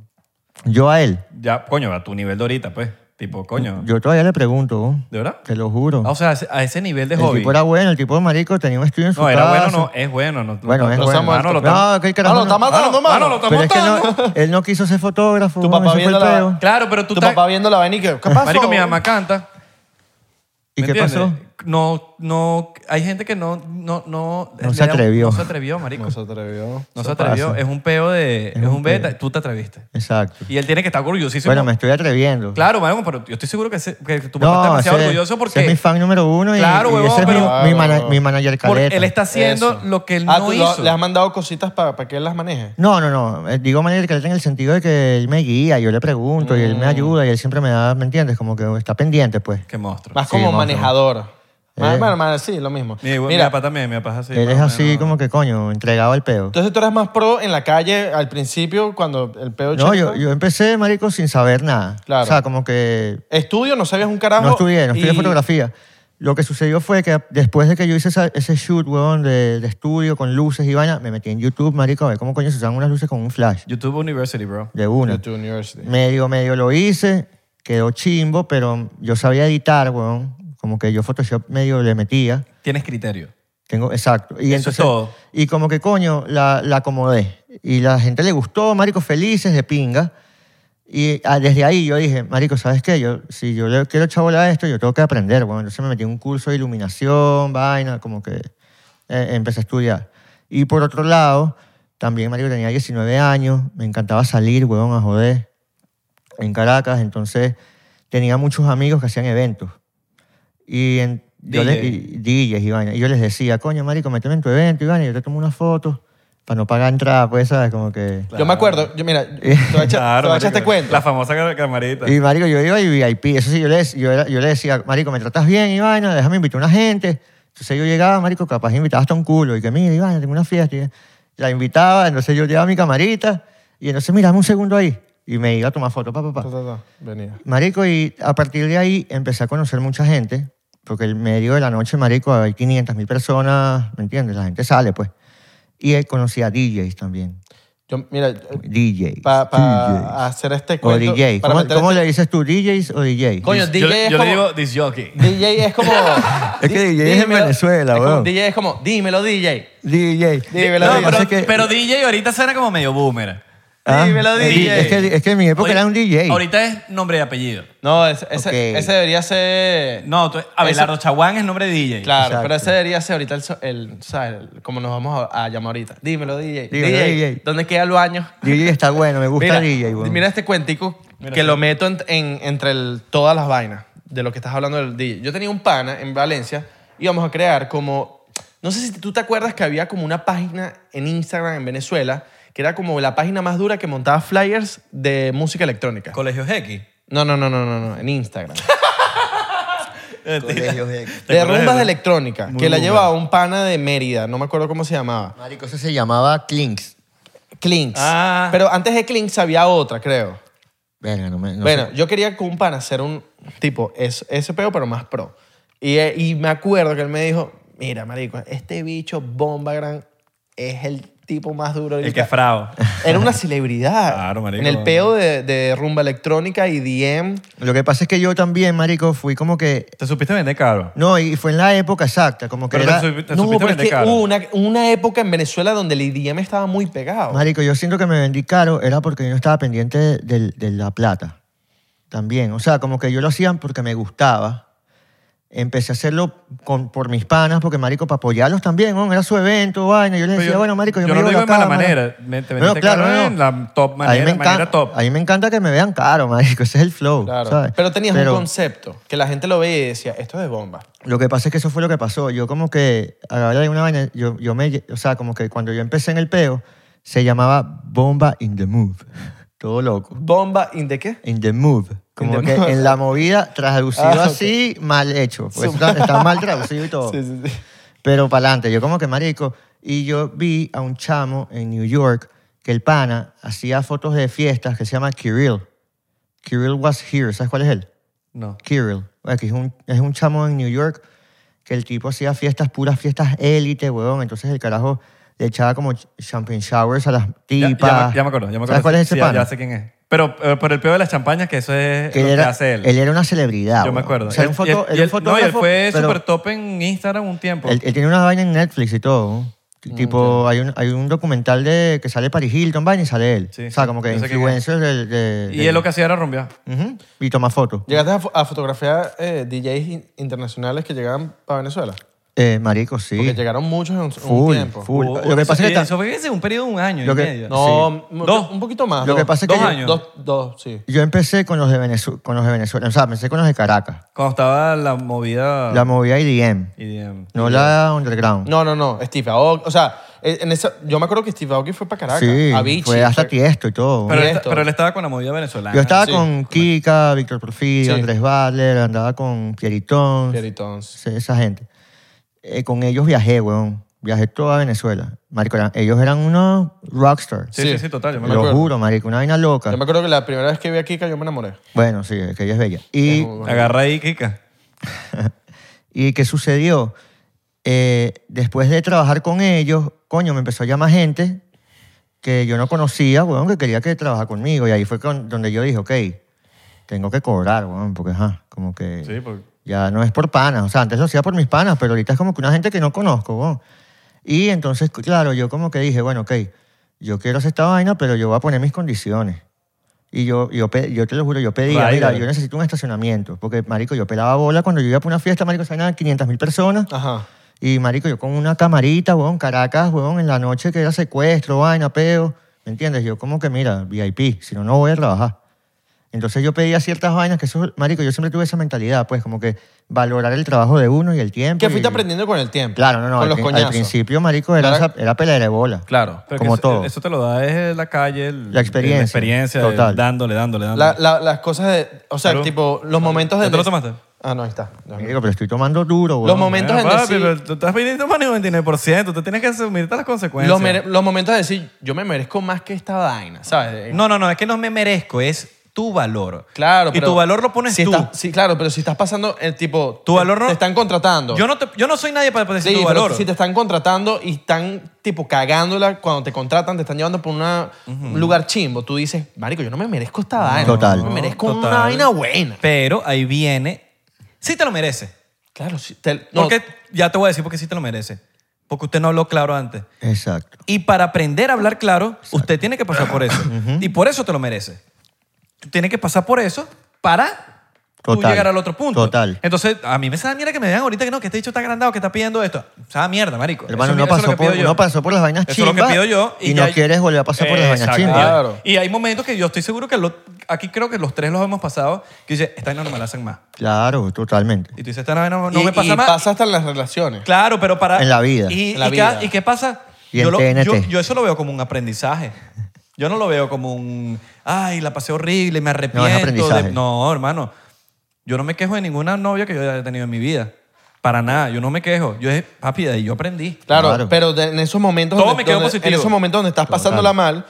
Yo a él.
Ya, coño, a tu nivel de ahorita, pues. Tipo, coño.
Yo todavía le pregunto, weón.
¿De verdad?
te lo juro.
Ah, o sea, a ese- a ese nivel de
el
hobby.
tipo era bueno, el tipo de marico tenía un estudio en su
no, era
casa.
bueno, no. Es bueno. No,
Bueno,
no,
es
no,
bueno.
Mano, Ah, lo
No,
tam-
aquel carajo
Mano,
no-
está matando,
Mano, mano,
mano.
lo tam-
Pero es que
montando.
no- él no quiso ser fotógrafo.
Tu
bueno,
papá
ese fue
viendo
el peo.
la...
Claro, pero tú
Tu
estás-
papá viendo la vaina y que... ¿Qué pasó?
Marico, mi mamá canta.
¿Y
¿me
qué pasó?
entiendes? No, no, hay gente que no, no, no.
No se
le da-
atrevió.
No se atrevió, marico.
No
No
se
se,
atrevió.
atrevió. Es un peo de, es,
un
un beta.
peo.
Tú te atreviste.
Exacto.
Y él tiene que estar orgullosísimo.
Bueno, me estoy atreviendo.
Claro, marico, pero yo estoy seguro que, ese- que tu
No,
papá está demasiado
ese-
orgulloso porque,
ese es mi fan número uno y,
Claro,
y
huevón,
ese es mi-
pero-
mi, mana- mi manager
porque
caleta.
él está haciendo
Eso.
lo que él
Ah,
no
tú lo-
hizo.
¿Le has mandado cositas para que él las maneje?
No, no, no. Eh, Digo manager caleta en el sentido de que él me guía, yo le pregunto y
Mm.
él me ayuda y él siempre me da, ¿me entiendes? Como que está pendiente, pues.
Qué monstruo.
Más
Sí,
como
monstruo.
manejador. Más-
Eh.
Bueno, más- sí, lo mismo.
Mi, mi
Mira,
papá también, mi papá es así.
él
más
es
o
así
menos.
como que, coño, entregado al peo.
entonces tú eras más pro en la calle al principio cuando el peo
No, yo,
chocó.
yo empecé, marico, sin saber nada.
Claro.
O sea, como que
Estudio, no sabías un carajo.
No estudié, no estudié
y-
fotografía. Lo que sucedió fue que después de que yo hice esa- ese shoot, weón, de, de estudio con luces y vaina, me metí en YouTube, marico, a ver cómo coño se usan unas luces con un flash.
YouTube University, bro.
De una.
YouTube University.
Medio, medio lo hice, quedó chimbo, pero yo sabía editar, weón. Como que yo Photoshop medio le metía.
Tienes criterio.
Tengo, exacto. Y
Eso es
entonces,
todo.
Y como que coño, la, la acomodé. Y la gente le gustó, marico, felices de pinga. Y ah, desde ahí yo dije, marico, ¿sabes qué? Yo, si yo le quiero echar bola a esto, yo tengo que aprender. Bueno, entonces me metí en un curso de iluminación, vaina, como que eh, empecé a estudiar. Y por otro lado, también, marico, tenía 19 años, me encantaba salir, huevón, a joder, en Caracas. Entonces tenía muchos amigos que hacían eventos. Y en, yo
DJ.
le- y- DJs y vaina. Y yo les decía, coño, marico, méteme en tu evento y vaina, yo te tomo una foto para no pagar entrada, pues, ¿sabes? Como que...
Yo me acuerdo, yo mira, te voy a echar- te voy a echar este
marico.
cuento.
La famosa ca- camarita.
Y marico, yo iba y VIP. Eso sí, yo le, yo, era- yo le decía, marico, me tratas bien, y vaina, déjame invitar a una gente. Entonces yo llegaba, marico, capaz invitaba hasta un culo. Y que, mira, Iván, tengo una fiesta. y la invitaba, entonces yo llevaba mi camarita. Y entonces, mira, dame un segundo ahí. Y me iba a tomar fotos, papá, papá.
Ta, ta, ta. Venía.
Marico, y a partir de ahí empecé a conocer mucha gente, porque el medio de la noche, marico, hay 500 mil personas, ¿me entiendes? La gente sale, pues. Y eh, conocí a DJs también.
Yo, mira,
DJs.
para
DJs.
hacer este
O
cuento.
DJs.
para
¿Cómo,
meter
cómo
este-
le dices tú, DJs o DJs?
Coño,
yo
DJ
le-
es
yo
como...
le digo disjockey.
DJ es como...
Es que
Di-
DJ es en
dímelo.
Venezuela,
Es como-
weón.
DJ es como, dímelo, DJ.
DJ.
Dímelo,
Lo
No,
que
dímelo.
pasa es
pero,
que-
pero DJ ahorita suena como medio boomer.
Ah,
dímelo,
es-
DJ.
Es que, es que en mi época
Ahorita-
era un DJ.
Ahorita es nombre y apellido.
No, ese, ese,
Ok.
ese debería ser...
No, tú- Abelardo Chaguán es nombre de DJ.
Claro,
Exacto.
pero ese debería ser ahorita el, so- el, ¿sabes? El- como nos vamos a, a llamar ahorita. Dímelo, DJ.
Dímelo,
DJ,
DJ.
¿dónde queda el baño?
DJ está bueno, me gusta DJ. weón.
mira este cuentico
Mira,
que
sí.
lo meto en- en- entre el- todas las vainas de lo que estás hablando del DJ. Yo tenía un pana en Valencia y íbamos a crear como... No sé si tú te acuerdas que había como una página en Instagram en Venezuela que era como la página más dura que montaba flyers de música electrónica.
Colegio X.
No, no, no, no, no, no, en Instagram.
Colegio X.
De rumbas de electrónica,
Muy
que la
boomer.
llevaba un pana de Mérida, no me acuerdo cómo se llamaba.
Marico, eso se llamaba Clinks.
Clinks.
Ah.
Pero antes de Clinks había otra, creo.
Verga, no me. no
bueno,
sé.
yo quería con un pan hacer un tipo es- ese peo, pero más pro. Y, eh, y me acuerdo que él me dijo, mira, marico, este bicho Bomba Gran es el tipo más duro.
El
ahorita".
que es frao.
Era una celebridad.
Claro, marico.
En el peo de, de rumba electrónica y DM.
Lo que pasa es que yo también, Marico, fui como que.
Te supiste vender caro.
No, y fue en la época exacta, como que
Pero
era.
te, supi- te
no,
supiste
pero es
vender
que
caro.
hubo una, una época en Venezuela donde el IDM estaba muy pegado.
Marico, yo siento que me vendí caro, era porque yo no estaba pendiente de, de la plata. También. O sea, como que yo lo hacía porque me gustaba. Empecé a hacerlo con, por mis panas, porque marico, para apoyarlos también, ¿no? era su evento, vaina. Yo les
Pero
decía,
yo-
bueno, marico, yo,
yo
me
no
llevo
lo digo
la
en mala
cámara.
manera. Me- te
No,
metiste
claro,
claro
no, no.
en la top
A mí
manera,
me
manera
encanta-
top.
A mí me encanta que me vean caro, marico, ese es el flow,
Claro.
¿sabes?
Pero tenías
Pero-
un concepto que la gente lo veía y decía, esto es de bomba.
Lo que pasa es que eso fue lo que pasó. Yo como que, a la hora de una vaina, yo, yo me, o sea, como que cuando yo empecé en el peo, se llamaba Bomba in the Move. Todo loco.
¿Bomba in the qué?
In the Move. Como
the
que
move.
en la movida, traducido
Ah, ok.
así, mal hecho. Porque está, está mal traducido y todo.
Sí, sí, sí.
Pero para adelante, yo como que marico. Y yo vi a un chamo en New York que el pana hacía fotos de fiestas que se llama Kirill. Kirill was here. ¿Sabes cuál es él?
No.
Kirill, eh, que es un, es un chamo en New York que el tipo hacía fiestas, puras fiestas élite, huevón. Entonces el carajo le echaba como ch- champagne showers a las
Ya,
tipas.
ya me- ya me acuerdo, ya me acuerdo.
¿Sabes cuál es ese
Sí, ya-
pana?
Ya sé quién es. Pero eh, por el peor de las champañas, que eso es
Que
lo
él
que
era,
hace él.
era una celebridad.
yo me
huevón.
acuerdo.
O sea, era
Él-
un, foto-
y él-
era un
y él- No, y él
fotógrafo,
fue
pero
super top en Instagram un tiempo.
Él, él tiene una vaina en Netflix y todo. ¿no?
Mm,
T- Tipo, hay, un, hay un documental de que sale Paris Hilton, vaina, y sale él.
Sí,
o sea,
sí,
como que
yo sé quién es.
influencers del- de,
y él lo que hacía era rumbear.
Ujú, y toma fotos.
¿Llegaste a, fo- a fotografiar eh, DJs in- internacionales que llegaban para Venezuela?
Eh, marico, sí.
Porque llegaron muchos en un- un,
Full,
tiempo.
full. Lo que
Eso-
pasa es que
y
ta-
Eso fue ese un periodo de un año
Lo
y
que-
medio.
No, mu-
Dos.
un poquito más.
Lo
dos.
que pasa es que
Dos
yo-
años. Dos, dos, sí.
Yo empecé con los de Venezuela, con los de Venezuela, o sea, empecé con los de Caracas.
Cuando estaba la movida
La movida IDM,
IDM.
no la underground.
Ah. No, no, no. Steve Aoki. O sea, eh, en esa, yo me acuerdo que Steve Aoki fue para Caracas.
sí,
a Vichy,
fue hasta
fue-
tiesto y todo.
Pero, él,
Esto.
pero él estaba con la movida venezolana.
Yo estaba
sí,
con Kika, Víctor Porfirio,
Sí.
Andrés Butler, andaba con Pieritón,
Pieritón.
esa gente. Eh, con ellos viajé, weón. Viajé toda Venezuela. Marico, eran- ellos eran unos rockstars.
Sí, sí,
Sí.
sí, total. Yo me
Lo
acuerdo.
juro, marico, una vaina loca.
Yo me acuerdo que la primera vez que vi a Kika yo me enamoré.
Bueno, sí, es que ella es bella. Y
Es muy bueno.
Agarra ahí, Kika.
¿Y qué sucedió? Eh, después de trabajar con ellos, coño, me empezó a llamar gente que yo no conocía, weón, que quería que trabajara conmigo. Y ahí fue con- donde yo dije, ok, tengo que cobrar, weón, porque, ajá, como que
Sí, porque...
ya no es por panas. O sea, antes lo hacía por mis panas, pero ahorita es como que una gente que no conozco, weón. Y entonces, claro, yo como que dije, bueno, ok, yo quiero hacer esta vaina, pero yo voy a poner mis condiciones. Y yo, yo, pe- yo te lo juro, yo pedía,
Right,
mira,
claro.
yo necesito un estacionamiento. Porque, marico, yo pelaba bola cuando yo iba para una fiesta, marico, salían 500 mil personas.
Ajá.
Y, marico, yo con una camarita, weón, Caracas, weón, en la noche que era secuestro, vaina, peo. ¿Me entiendes? Yo como que, mira, VIP, si no, no voy a trabajar. Entonces yo pedía ciertas vainas, que eso, marico, yo siempre tuve esa mentalidad, pues, como que valorar el trabajo de uno y el tiempo.
¿Qué
y-
fuiste aprendiendo con el tiempo?
Claro, no, no,
Con
al,
los
prin- al
coñazos.
principio, marico, era,
Claro.
esa- era pelea de bola.
Claro.
Pero
Como
que eso-
todo.
Eso te lo da es la calle, el-
La experiencia.
La experiencia,
Total.
el dándole, dándole, dándole.
La- la- las cosas de. O sea,
Salud.
tipo, los momentos de.
¿Ya te lo tomaste?
Ah, no, ahí está. Ya.
Marico, pero estoy tomando duro, weón.
Los momentos
Bueno,
en
papi,
decir-
pero tú estás pidiendo más de un 29%. Tú tienes que asumirte las consecuencias.
Los, mere- los momentos de decir, yo me merezco más que esta vaina, ¿sabes? Eh,
No, no, no. Es que no me merezco. Es tu valor.
Claro,
Y
pero
tu valor lo pones
si
tú.
estás- sí, claro, pero si estás pasando el tipo.
Tu
te-
valor no-
Te están contratando.
Yo no, te- yo no soy nadie para poner
Sí,
tu
pero
valor.
si te están contratando y están tipo cagándola cuando te contratan, te están llevando por una- un lugar chimbo, tú dices, marico, yo no me merezco esta vaina.
Total.
Yo me merezco
Total.
una vaina buena.
Pero ahí viene. Sí te lo mereces.
Claro, sí, te- no,
Porque ya te voy a decir por qué sí te lo mereces. Porque usted no habló claro antes.
Exacto.
Y para aprender a hablar claro, usted tiene que pasar por eso. Y por eso te lo mereces. Tú tienes que pasar por eso para tú
Total.
llegar al otro punto.
Total.
Entonces, a mí me sabe mierda que me vean ahorita que no, que este dicho está agrandado, que está pidiendo esto. Sabe mierda, marico.
Hermano,
Eso-
uno
eso es lo
pasó,
que pido
por,
yo.
uno pasó por las vainas
Eso es lo
chimbas
que pido yo.
y,
ya-
no quieres volver a pasar por las vainas
Exacto.
chimbas.
Claro.
Y hay momentos que yo estoy seguro que lo- aquí creo que los tres los hemos pasado, que dice, esta vaina no me la hacen más.
Claro, totalmente.
Y tú dices, esta vaina no, no
y-
me pasa
y
más.
pasa hasta en las relaciones.
Claro, pero para...
En la vida.
Y,
En la
y cada-
vida.
¿y qué pasa?
Y
yo,
en
lo-
TNT.
yo- yo eso lo veo como un aprendizaje. Yo no lo veo como un, ay, la pasé horrible, me arrepiento. de-".
aprendizaje.
No, hermano. Yo no me quejo de ninguna novia que yo haya tenido en mi vida. Para nada. Yo no me quejo. Yo dije, papi, de ahí yo aprendí.
Claro,
Claro.
pero de- en esos momentos.
Todo
donde,
me quedó
donde-
positivo.
En esos momentos donde estás pasándola mal,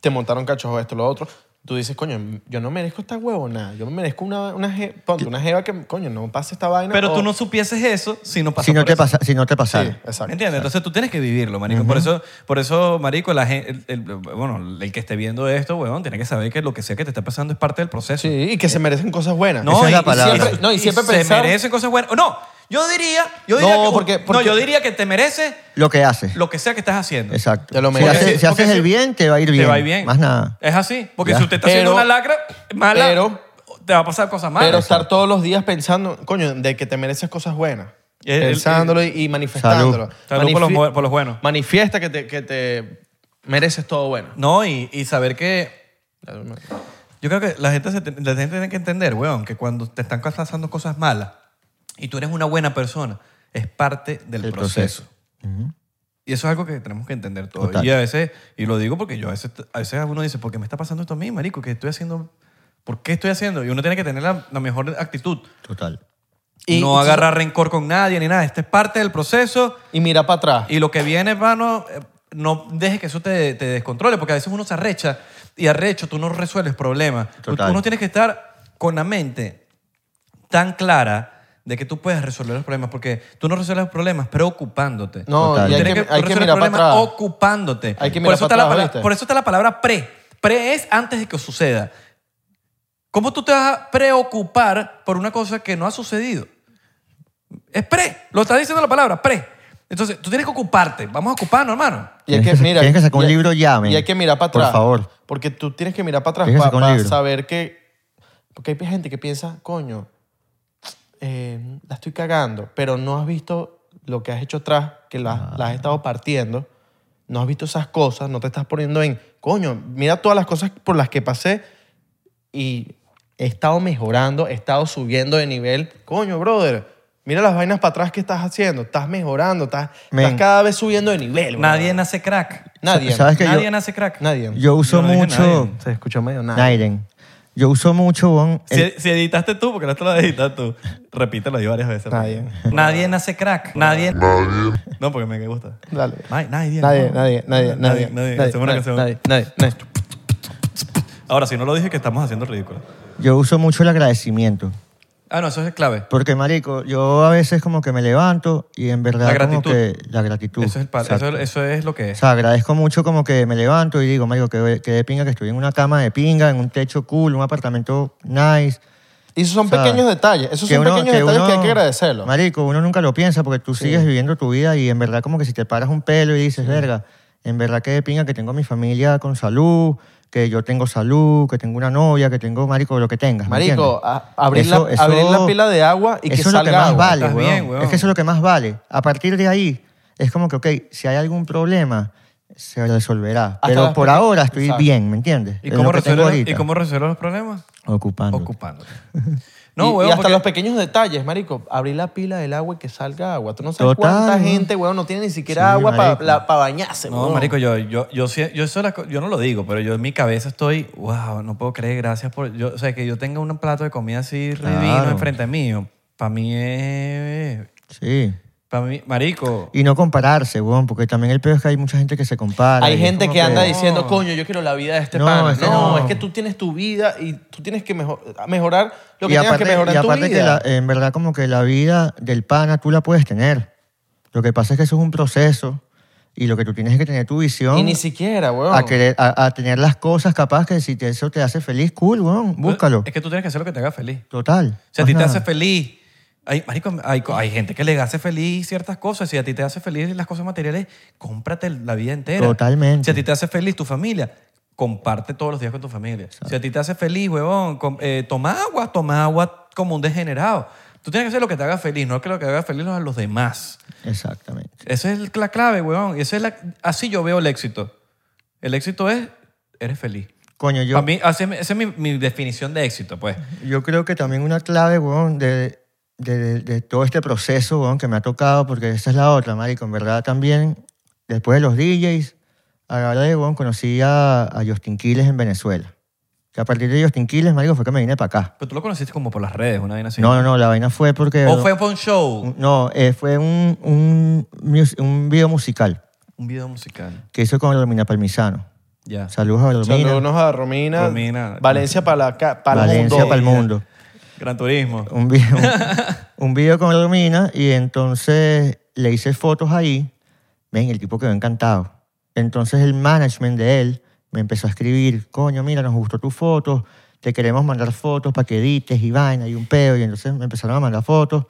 te montaron cachos esto, lo otro. Tú dices, coño, yo no merezco esta huevonada. Yo me merezco una, una, je- ponte, una jeva que, coño, no pase esta vaina.
Pero
o-
tú no supieses eso si no pasas
Si no,
por
te
eso.
pasa, si no te
Sí,
pasara.
exacto.
¿Me entiendes? Entonces tú tienes que vivirlo, marico. por, eso, por eso, marico, la gen- el, el- bueno, el que esté viendo esto, weón, tiene que saber que lo que sea que te está pasando es parte del proceso.
Sí, y que se merecen cosas
Ah,
buenas.
Esa es la
y- y
palabra.
siempre-
no, y siempre
se
pensar-
merecen cosas buenas. O No, yo diría, yo diría,
No,
que,
porque-
no,
porque-
yo diría que te mereces
Lo que haces.
lo que sea que estás haciendo.
Exacto.
Te lo
si
mereces.
haces, si
Porque
haces
si-
el bien, te va a ir bien.
Te va a ir bien.
Más nada.
Es así. Porque
Ya.
si usted está
Pero-
haciendo una lacra mala,
pero-
te va a pasar cosas malas.
Pero estar todos los días pensando, coño, de que te mereces cosas buenas.
Y el- el-
pensándolo y- y manifestándolo.
Salud por los,
Manifi-
mo- por los buenos.
Manifiesta que te, que te mereces todo bueno.
No, y, y saber que yo creo que la gente, se te- la gente tiene que entender, weón, que cuando te están pasando cosas malas y tú eres una buena persona, es parte del
El
proceso.
proceso.
Y eso es algo que tenemos que entender todos.
Total.
Y a veces, y lo digo porque yo a veces, a veces uno dice, ¿por qué me está pasando esto a mí, marico? ¿Qué estoy haciendo? ¿Por qué estoy haciendo? Y uno tiene que tener la, la mejor actitud.
Total.
Y-
no agarrar rencor con nadie ni nada. Esta es parte del proceso.
Y mira para atrás.
Y lo que viene, hermano, eh, no dejes que eso te, te descontrole, porque a veces uno se arrecha y arrecho tú no resuelves problemas. Tú-
Total.
Uno tiene que estar con la mente tan clara de que tú puedes resolver los problemas, porque tú no resuelves los problemas preocupándote.
no,
Total.
y hay
Tienes
que,
que,
hay que
resolver los
mirar para
problemas
atrás.
ocupándote.
Hay que
por,
mirar
eso
pa'
está la
atrás,
pala-
¿viste?
por eso está la palabra pre. Pre es antes de que suceda. ¿Cómo tú te vas a preocupar por una cosa que no ha sucedido? Es pre. Lo está diciendo la palabra, pre. Entonces, tú tienes que ocuparte. Vamos a ocuparnos, hermano.
Y
Tienes
hay que,
que sa-
mira,
tienes que sacar un
y hay-
libro ya, men.
Y hay que mirar para
Por
atrás.
favor.
Porque tú tienes que mirar para atrás
Tienes que
para
sacar un libro.
saber que... Porque hay gente que piensa, coño, eh, la estoy cagando, pero no has visto lo que has hecho atrás, que la,
Ah.
la has estado partiendo, no has visto esas cosas, no te estás poniendo en, coño, mira todas las cosas por las que pasé y he estado mejorando, he estado subiendo de nivel. Coño, brother, mira las vainas para atrás que estás haciendo, estás mejorando, estás,
Men.
estás cada vez subiendo de nivel.
Nadie
brother.
nace crack.
Nadie.
¿Sabes que
nadie
yo,
nace crack.
Nadie.
yo uso
Yo no dije
mucho...
nadie.
Se escuchó medio nada.
Naiden. Yo uso mucho, bon,
Si,
el-
si editaste tú, porque no te lo editas tú, repítelo ahí varias veces.
Nadie.
Nadie nace crack. Nadie. No, porque me gusta.
Dale.
Ay, Nadie.
Nadie,
no.
nadie, nadie, nadie,
Nadie.
nadie,
Hacemos una canción.
nadie, nadie, nadie.
Ahora, si no lo dije, que estamos haciendo el ridículo.
yo uso mucho el agradecimiento.
Ah, no, eso es clave.
Porque, marico, yo a veces como que me levanto y en verdad
La
como
gratitud.
que la gratitud.
Eso es, el pa-
exacto.
eso, eso es lo que
O
es.
sea, agradezco mucho como que me levanto y digo, marico, que, que de pinga que estoy en una cama de pinga, en un techo cool, un apartamento nice.
Y esos son
O sea,
pequeños detalles. Esos
que
son
uno-
pequeños
que
detalles que hay
uno-
que agradecerlo.
Marico, uno nunca lo piensa porque tú sigues viviendo tu vida y en verdad como que si te paras un pelo y dices, verga, en verdad que de pinga que tengo a mi familia con salud, que yo tengo salud, que tengo una novia, que tengo, marico, lo que tengas. ¿me entiendes?
Marico, a- abrir,
Eso-
la, abrir la
eso-
pila de agua y que
eso es
salga
lo que más
agua.
vale,
Estás
weón.
bien, weón.
Es que eso es lo que más vale. A partir de ahí, es como que, ok, si hay algún problema, se resolverá.
Hasta
Pero
las
por
peque-
ahora estoy
Exacto.
bien, ¿me entiendes?
¿Y
Es lo
cómo,
que tengo
resuelven,
ahorita.
¿Y cómo resuelven los problemas?
Ocupando.
Ocupándote.
y,
No,
y
weón,
hasta
porque-
los pequeños detalles, marico. Abrir la pila del agua y que salga agua. Tú no sabes
Total,
cuánta
weón.
gente, weón, no tiene ni siquiera
Sí,
agua para
marico.
bañarse,
No,
weón.
marico, yo, yo, yo, sí- yo, eso la co- yo no lo digo, pero yo en mi cabeza estoy, wow, no puedo creer, gracias por... Yo, o sea, que yo tenga un plato de comida así
Claro.
divino enfrente mío, para mí es...
Sí.
Para mí, marico...
Y no compararse, weón, porque también el peor es que hay mucha gente que se compara. y
Hay
es
gente
como
que anda
que-
diciendo,
No.
coño, yo quiero la vida de este
No,
pana.
es que
no,
no.
es que tú tienes tu vida y tú tienes que mejo- mejorar lo que
y
tienes
aparte,
que mejorar
y
en tu
aparte
vida.
que la- en verdad como que la vida del pana tú la puedes tener. Lo que pasa es que eso es un proceso y lo que tú tienes es que tener tu visión.
Y ni siquiera, weón.
a, querer, a, a tener las cosas capaz que si te- eso te hace feliz, cool, weón, búscalo.
Eh,
Es que tú tienes que hacer lo que te haga feliz.
Total.
O sea, a
más
ti te
nada.
hace feliz. Hay, marico, hay, co- hay gente que le hace feliz ciertas cosas. Si a ti te hace feliz las cosas materiales, cómprate la vida entera.
Totalmente.
Si a ti te hace feliz tu familia, comparte todos los días con tu familia. Si a ti te hace feliz, huevón, com- eh, toma agua, toma agua como un degenerado. Tú tienes que hacer lo que te haga feliz, no que lo que haga feliz a los demás.
Exactamente.
Esa es la clave, huevón. Y esa es la, así yo veo el éxito. El éxito es, eres feliz.
Coño,
Para
yo,
mí, así es mi- esa es mi, mi definición de éxito, pues.
yo creo que también una clave, weón, de, de- de- de todo este proceso, weón, que me ha tocado, porque esa es la otra, marico. En verdad también, después de los DJs, a la hora de, weón, conocí a, a Justin Quiles en Venezuela. Que a partir de Justin Quiles, marico, fue que me vine para acá.
Pero tú lo conociste como por las redes, una vaina así.
No, no, no, la vaina fue porque...
O fue por un show.
No, eh, fue un, un, mus- un video musical
Un video musical.
que hizo con Romina Palmisano.
Ya.
Saludos a Romina.
Saludos a Romina.
Romina.
Valencia para el
Valencia
mundo.
para el mundo.
Gran Turismo.
Un video, un, video con Romina y entonces le hice fotos ahí. Ven, el tipo quedó encantado. Entonces el management de él me empezó a escribir, coño, mira, nos gustó tus fotos, te queremos mandar fotos para que edites y vaina y un pedo. Y entonces me empezaron a mandar fotos.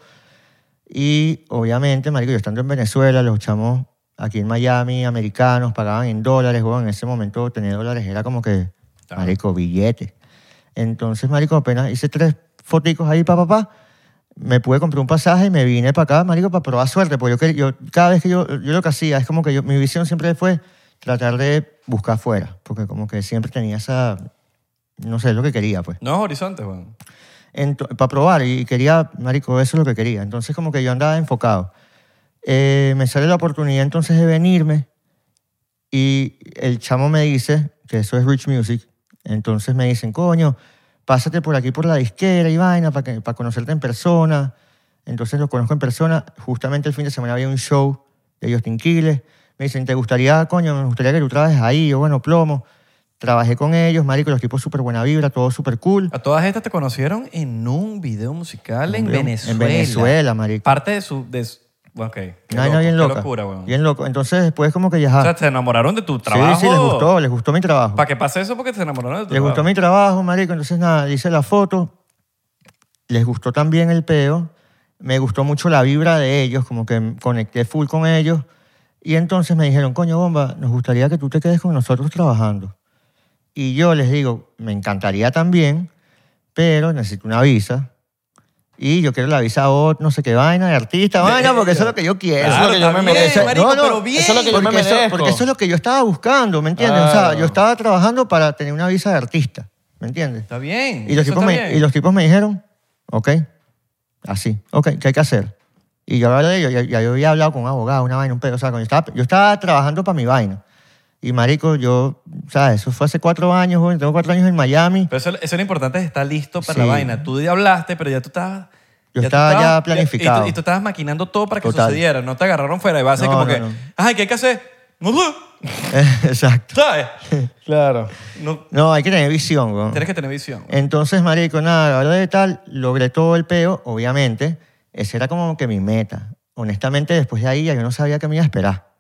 Y obviamente, marico, yo estando en Venezuela, los chamos aquí en Miami, americanos, pagaban en dólares, weón. En ese momento tener dólares era como que,
Claro.
marico, billete. Entonces, marico, apenas hice tres foticos ahí, pa, pa, pa. Me pude comprar un pasaje y me vine para acá, marico, para probar suerte. Porque yo, quer- yo cada vez que yo, yo lo que hacía, es como que yo- mi visión siempre fue tratar de buscar afuera. Porque como que siempre tenía esa, no sé, lo que quería, pues
No es horizonte, weón.
para probar y quería, marico, eso es lo que quería. Entonces como que yo andaba enfocado. Eh, me sale la oportunidad entonces de venirme y el chamo me dice, que eso es Rich Music, entonces me dicen, coño, pásate por aquí por la disquera y vaina para, que, para conocerte en persona. Entonces lo conozco en persona. Justamente el fin de semana había un show de Justin Quiles. Me dicen, ¿te gustaría, coño, me gustaría que tú trabajes ahí? Yo, bueno, plomo. Trabajé con ellos, marico, los tipos súper buena vibra, todo súper cool.
A todas estas te conocieron en un video musical en,
Hombre,
Venezuela.
En Venezuela, marico.
Parte de su... De su- bueno, ok. Qué
Una vaina
loco,
bien
qué
loca.
locura, weón.
Bien loco. Entonces después como que ya...
O
ajá.
sea, se enamoraron de tu
sí,
trabajo.
sí, les gustó, les gustó mi trabajo.
Para que pase eso porque se enamoraron de tu
Les
trabajo.
gustó mi trabajo, marico. Entonces nada, hice la foto. Les gustó también el peo. Me gustó mucho la vibra de ellos, como que conecté full con ellos. Y entonces me dijeron, coño, bomba, nos gustaría que tú te quedes con nosotros trabajando. Y yo les digo, me encantaría también, pero necesito una visa. Y yo quiero la visa OT, no sé qué vaina, de artista, vaina, porque eso es lo que yo quiero.
Claro,
Eso es lo que yo
está
me
bien,
merezco.
marico,
No, no,
pero bien.
eso es lo que yo me
porque, eso,
merezco. Ah.
porque eso es lo que yo estaba buscando, ¿me entiendes? O sea,
Claro.
yo estaba trabajando para tener una visa de artista, ¿me entiendes?
Está bien.
Y los,
eso
tipos
está
me,
bien.
y los tipos me dijeron, ok, así, ok, ¿qué hay que hacer? Y yo hablaba de ello, ya, ya yo había hablado con un abogado, una vaina, un pedo, o sea, cuando yo estaba, yo estaba trabajando para mi vaina. Y marico, yo, o sea, eso fue hace cuatro años, joven, tengo cuatro años en Miami.
Pero eso, eso es lo importante es estar listo para
Sí.
la vaina. Tú ya hablaste, pero ya tú estabas...
Yo
tú
estaba ya
estabas- Y
planificado.
tú, y tú estabas maquinando todo para que
Total.
sucediera. No te agarraron fuera. Y vas a ser
No,
como
no,
que...
no.
Ay, ¿qué hay que hacer? No, no,
Exacto.
¿Sabes?
Claro.
No,
No, hay que tener visión, weón.
tienes que tener visión.
Entonces, marico, nada, la verdad de tal, logré todo el peo, obviamente. Esa era como que mi meta. Honestamente, después de ahí ya yo no sabía qué me iba a esperar.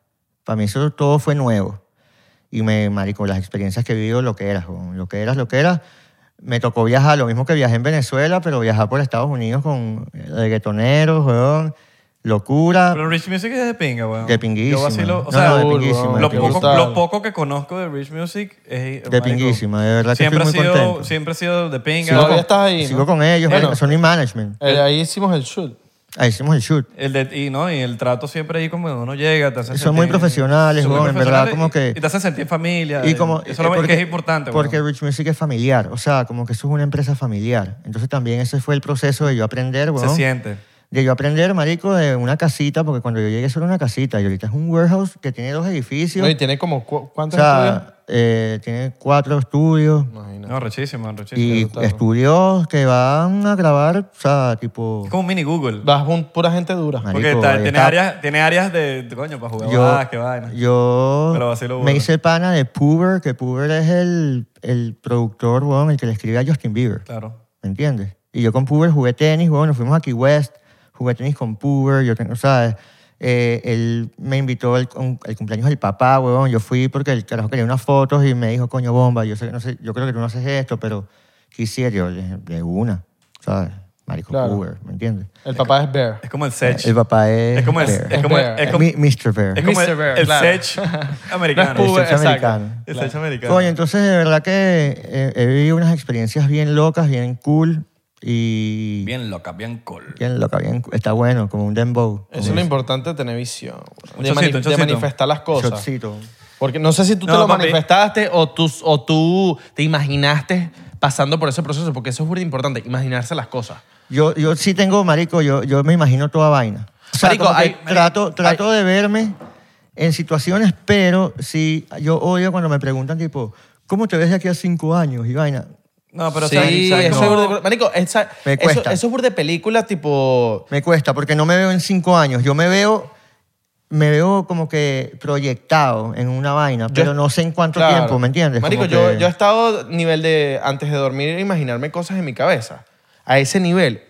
Para mí eso todo fue nuevo. Y me, marico, las experiencias que he vivido, lo que eras, lo que eras, lo que eras. Me tocó viajar, lo mismo que viajé en Venezuela, pero viajar por Estados Unidos con reggaetoneros, weón, locura,
Pero Rich Music es de pinga, weón.
de pinguísima.
Yo vacilo, o
No,
sea,
no, de
full,
pinguísima,
weón,
de
lo,
qué
poco,
brutal.
lo poco que conozco de Rich Music
De
es... marico,
pinguísima, de verdad que
Siempre
estoy
ha
muy
sido,
contento.
Siempre ha sido de pinga.
Sigo Todavía estás ahí,
Sigo
¿no?
con ellos,
Bueno.
marico, son mi management.
Eh, ahí hicimos el shoot.
Ahí Ah, hicimos el shoot.
El de, y, ¿no? y el trato siempre ahí como cuando uno llega. Te hacen
Son muy profesionales,
son muy
weón, en verdad,
profesionales
como que-
Y, y te hacen sentir en familia.
Y como,
eso es lo
eh,
que es importante. weón.
Porque Rich Music es familiar, o sea, como que eso es una empresa familiar. Entonces también ese fue el proceso de yo aprender,
se
weón.
siente.
De yo aprender, marico, de una casita, porque cuando yo llegué eso era una casita y ahorita es un warehouse que tiene dos edificios.
No, y tiene como cu-
o
cuántos estudios.
sea, eh, tiene cuatro estudios
Imagínate.
No, rechísimo, rechísimo.
y
brutal.
estudios que van a grabar, o sea, tipo...
Es como un mini Google.
Vas con pura gente dura.
Marico,
Porque
ahí
está- tiene,
está.
áreas, tiene áreas de, de coño, para jugar básquet, Pues, ah, vaina.
yo
Pero vacilo burda.
me hice pana de Puber, que Puber es el, el productor, weón, el que le escribe a Justin Bieber.
Claro.
¿Me entiendes? Y yo con Puber jugué tenis, bueno, nos fuimos a Key West, jugué tenis con Puber, yo, ten- o sea, eh, él me invitó al cum- al cumpleaños del papá, weón, yo fui porque el carajo quería unas fotos y me dijo, coño, bomba, yo, sé, no sé, yo creo que tú no haces esto, pero quisiera, yo, de de una, ¿sabes? Marico
Claro.
Puber, ¿me entiendes?
El papá es Bear.
Es como el Sech.
El papá es...
es como el
Bear.
es como el-
Bear.
es como-
Mi- Mr. Bear.
es como el,
Mr. Bear,
el
claro.
Sech americano.
No es Puber,
El sexo
exacto.
americano.
el Sech americano.
Coño, entonces de verdad que eh, he vivido unas experiencias bien locas, bien cool y...
Bien loca, bien cool.
Bien loca, bien, está bueno, como un dembow.
Eso es lo importante de tener visión.
Un chocito,
De,
un
mani- de
chocito.
manifestar las
Un
cosas.
shotcito.
Porque no sé si tú
No,
te lo
papi.
manifestaste o tú, o tú te imaginaste pasando por ese proceso, porque eso es muy importante, imaginarse las cosas.
Yo, yo sí tengo, marico, yo, yo me imagino toda vaina. O sea,
Marico,
como que
hay- marico,
trato, trato de verme en situaciones, pero sí, yo odio cuando me preguntan, tipo, ¿cómo te ves de aquí a cinco años? Y vaina.
No, pero
sí,
¿sabes- sabes
eso
cómo?
es burde- Marico, esa-
Me
eso,
cuesta.
eso es burde película tipo...
Me cuesta, porque no me veo en cinco años. Yo me veo, me veo como que proyectado en una vaina,
Yo-
pero no sé en cuánto
Claro.
tiempo, ¿me entiendes?
Marico,
Como
yo,
que-
yo he estado nivel de antes de dormir imaginarme cosas en mi cabeza. A ese nivel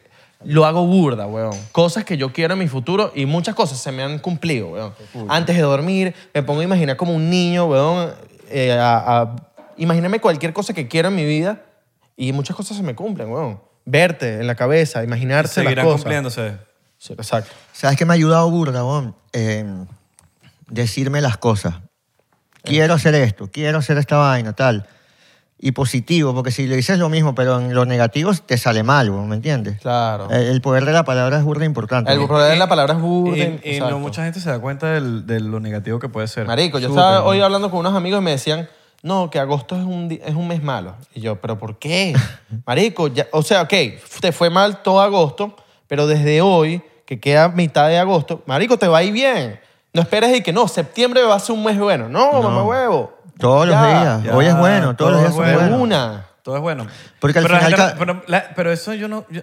lo hago burda, weón. Cosas que yo quiero en mi futuro y muchas cosas se me han cumplido, weón. Antes de dormir me pongo a imaginar como un niño, weón, eh, a, a imaginarme cualquier cosa que quiero en mi vida y muchas cosas se me cumplen, weón. Verte en la cabeza, imaginarse las
Seguirán
cosas.
cumpliéndose.
Sí, exacto.
¿Sabes qué me ha ayudado burda, bon? Eh, decirme las cosas. Quiero hacer esto, quiero hacer esta vaina, tal. y positivo, porque si le dices lo mismo, pero en los negativos te sale mal, weón, ¿me entiendes?
Claro.
El, el poder de la palabra es burda importante.
El problema de la palabra es burda.
Y, y
exacto.
no mucha gente se da cuenta del- de lo negativo que puede ser.
Marico, yo
Súper,
estaba
¿no?
hoy hablando con unos amigos y me decían, no, que agosto es un, di- es un mes malo. Y yo, ¿pero por qué? Marico, ya- o sea, ok, te fue mal todo agosto, pero desde hoy, que queda mitad de agosto, Marico, te va a ir bien. No esperes y que no, septiembre va a ser un mes bueno. No, mamá huevo.
Todos los días.
ya,
hoy es bueno, todos los
todo
días
es
son
bueno.
buenos.
De una.
Todo es bueno.
Porque al
pero, la
final
gente-
ca-
pero, la- pero eso yo no... yo-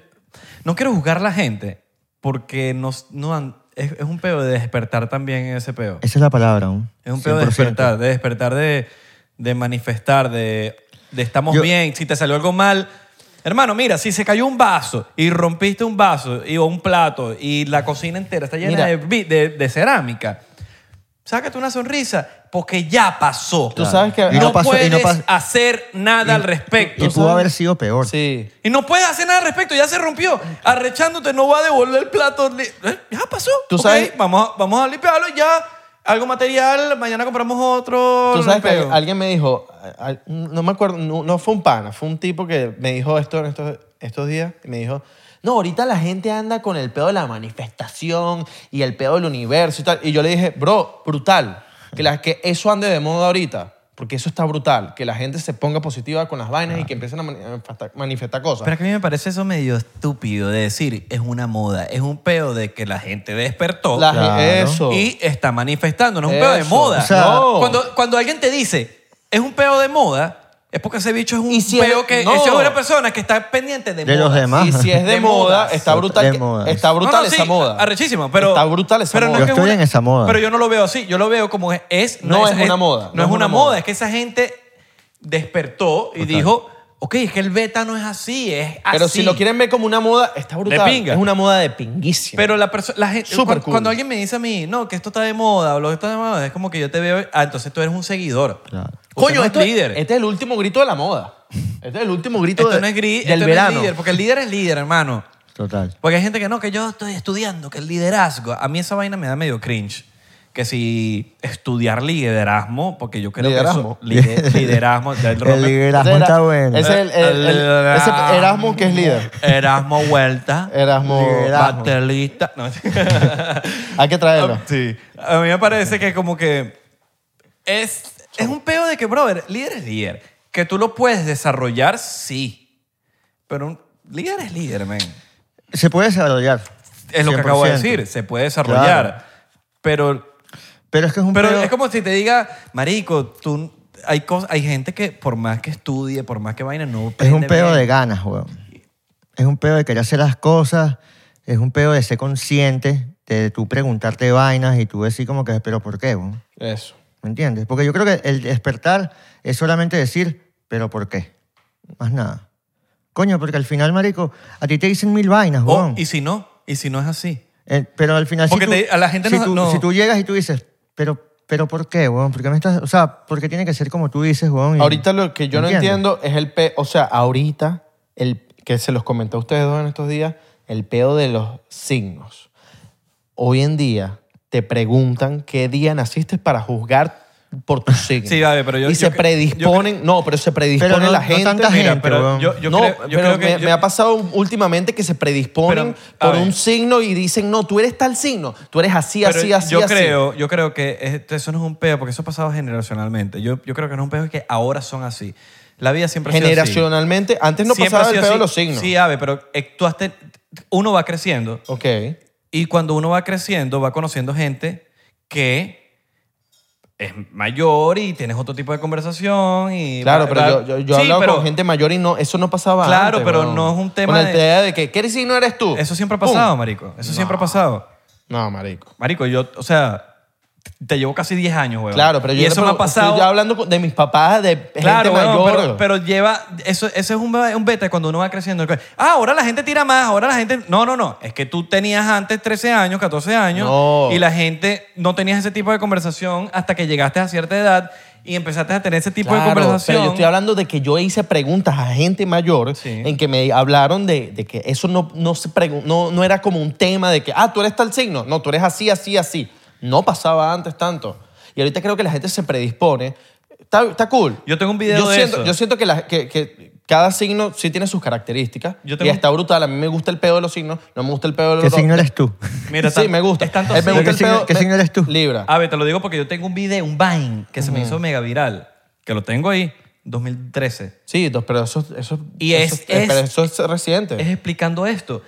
no quiero juzgar a la gente porque nos, no han- es, es un peo de despertar también ese peo.
Esa es la palabra, weón.
Es un pedo de
100%.
despertar, de despertar, de, de manifestar, de, de estamos
Yo-
bien. Si te salió algo mal, hermano, mira, si se cayó un vaso y rompiste un vaso y, o un plato y la cocina entera está llena
Mira.
de, vi- de- de cerámica, sácate una sonrisa porque ya pasó.
Tú sabes que-
no,
Y
no pasó-
puedes
y no pas-
hacer nada al respecto.
Y pudo haber sido peor.
Sí.
Y no puedes hacer nada al respecto, ya se rompió. Arrechándote, no va a devolver el plato. li- eh, Ya pasó.
Tú
Ok,
sabes-
Vamos a, vamos a limpiarlo y ya. Algo material, mañana compramos otro.
Tú
no
sabes que
peo.
alguien me dijo, al- no me acuerdo, no, no fue un pana, fue un tipo que me dijo esto en estos, estos días, y me dijo, no, ahorita la gente anda con el pedo de la manifestación y el pedo del universo y tal. Y yo le dije, bro, brutal, que, la, que eso ande de moda ahorita, porque eso está brutal, que la gente se ponga positiva con las vainas y que empiecen a mani- manifestar, manifestar cosas.
Pero es que a mí me parece eso medio estúpido de decir, es una moda, es un peo de que la gente despertó
La-
Claro.
Eso.
y está manifestando, no es un peo de
Eso.
moda.
O sea, No.
cuando, cuando alguien te dice, es un peo de moda, es porque ese bicho es un
Y si es-
peo que...
no.
esa es una persona que está pendiente de,
De los
modas.
demás.
y si es de,
De
moda,
modas.
está brutal,
De
que-
modas.
está brutal
No, no, sí,
esa moda.
Arrechísima, pero.
Está brutal esa
pero no
moda.
es que
Yo estoy
una-
en esa moda.
Pero yo no lo veo así. Yo lo veo como es. es-
No es una moda,
No, es una moda. Es que esa gente despertó y dijo: Ok, es que el beta no es así, es así.
Pero si lo quieren ver como una moda, está brutal.
pinga.
Es una moda de pinguísima.
Pero la persona. La gente,
Súper
cuando,
cool.
cuando alguien me dice a mí, no, que esto está de moda o lo que está de moda, es como que yo te veo. Ah, entonces tú eres un seguidor.
Claro.
Usted
Coño,
no
esto
es líder.
Este es el último grito de la moda. Este es el último grito
esto
de-
no es gri-
del
esto no es
verano.
líder, porque el líder es líder, hermano.
Total.
Porque hay gente que no, que yo estoy estudiando, que el liderazgo. A mí esa vaina me da medio cringe. Que si estudiar liderazgo, porque yo creo
Liderazgo.
que eso. lide- liderazgo. del
El
Robert-
liderazgo
Ese
está
era-
bueno.
Ese es el, el- el- ese Erasmo que es líder.
Erasmo Vuelta.
Erasmo.
Liderazgo.
Batelista. No,
Hay que traerlo.
sí. A mí me parece que como que es, es un peo de que, brother, líder es líder. Que tú lo puedes desarrollar, sí. Pero un líder es líder, men.
Se puede desarrollar.
Es lo que acabo de
100%.
decir. Se puede desarrollar. Pero
Pero es que es un
Pero
pedo-
es como si te diga, marico, tú, hay, cos- hay gente que por más que estudie, por más que vaina, no
Es un
aprende
pedo
bien.
de ganas, weón. Es un pedo de querer hacer las cosas. Es un pedo de ser consciente, de tú preguntarte vainas y tú decir como que, pero ¿por qué, weón?
Eso.
¿Me entiendes? Porque yo creo que el despertar es solamente decir, pero ¿por qué? Más nada. Coño, porque al final, marico, a ti te dicen mil vainas,
O,
weón.
Oh, y si no, y si no es así.
Eh, pero al final...
Porque
si tú,
te- a la gente
si
no-
tú,
no-
si tú llegas y tú dices, pero... ¿Pero por qué, weón? Porque me estás...? O sea, porque tiene que ser como tú dices, weón. y-
Ahorita lo que yo no
¿Entiendes?
entiendo es el pe, o sea, ahorita el que se los comenté a ustedes dos en estos días, el peo de los signos. Hoy en día te preguntan qué día naciste para juzgar por tus signos.
Sí, vale, pero yo-
y
yo
se
cre-
predisponen, no, pero se predisponen
Pero no-
la
no
gente.
tanta
Mira,
gente,
pero
weón.
yo, yo
no,
creo, yo
pero
creo que
me,
yo-
me ha pasado últimamente que se predisponen
Pero, a
por
ver.
un signo y dicen, no, tú eres tal signo, tú eres así,
pero
así, así,
yo
así.
creo, yo creo que este- eso no es un peo, porque eso ha pasado generacionalmente. Yo, yo creo que no es un peo es que ahora son así. La vida siempre ha sido así.
Generacionalmente, antes no
Siempre ha
pasaba el
sido
peo de
así.
los signos.
Sí, Ave, pero eh, tú has ten- uno va creciendo.
Ok.
Y cuando uno va creciendo, va conociendo gente que es mayor y tienes otro tipo de conversación. Y
Claro,
va-
pero
va-
yo, yo, yo he
Sí,
hablado
pero
con gente mayor y no, eso no pasaba
Claro,
antes,
pero
weón.
no es un tema
Con el
de-
tema de que, ¿qué signo eres tú?
Eso siempre ha
¡Pum!
pasado, marico. Eso siempre ha pasado.
No, marico.
Marico, yo, o sea, te llevo casi 10 años, weón.
Claro, pero yo
Y
le
eso me ha
pregunto-
pasado...
Estoy ya hablando con- de mis papás, de
Claro,
gente
weón,
mayor.
pero, pero lleva... Eso, eso es un, be- un beta cuando uno va creciendo. Ah, ahora la gente tira más, ahora la gente... No, no, no. Es que tú tenías antes 13 años, 14 años
No.
y la gente no tenías ese tipo de conversación hasta que llegaste a cierta edad y empezaste a tener ese tipo
Claro,
de conversación.
pero yo estoy hablando de que yo hice preguntas a gente mayor
Sí.
en que me hablaron de, de que eso no, no, se pregu- no, no era como un tema de que, ah, tú eres tal signo. No, tú eres así, así, así. No pasaba antes tanto. Y ahorita creo que la gente se predispone Está, está cool.
Yo tengo un video
yo
de
siento,
eso.
Yo siento que, la- que- que cada signo sí tiene sus características.
Yo tengo
Y
un-
está brutal. A mí me gusta el pedo de los signos. No me gusta el pedo de los
¿Qué
dos.
signo eres tú?
Mira,
sí,
tan-
me gusta.
es tanto Ah.
Eh, me
signo.
gusta el
¿Qué signo-
pedo-
qué
me-
signo eres tú?
Libra.
A ver, te lo digo porque yo tengo un video, un Vine, que se me hizo mega viral, que lo tengo ahí, 2013.
Sí, dos- pero eso, eso,
Y
eso-
es-
eh, pero
es-
eso es reciente.
Es explicando esto.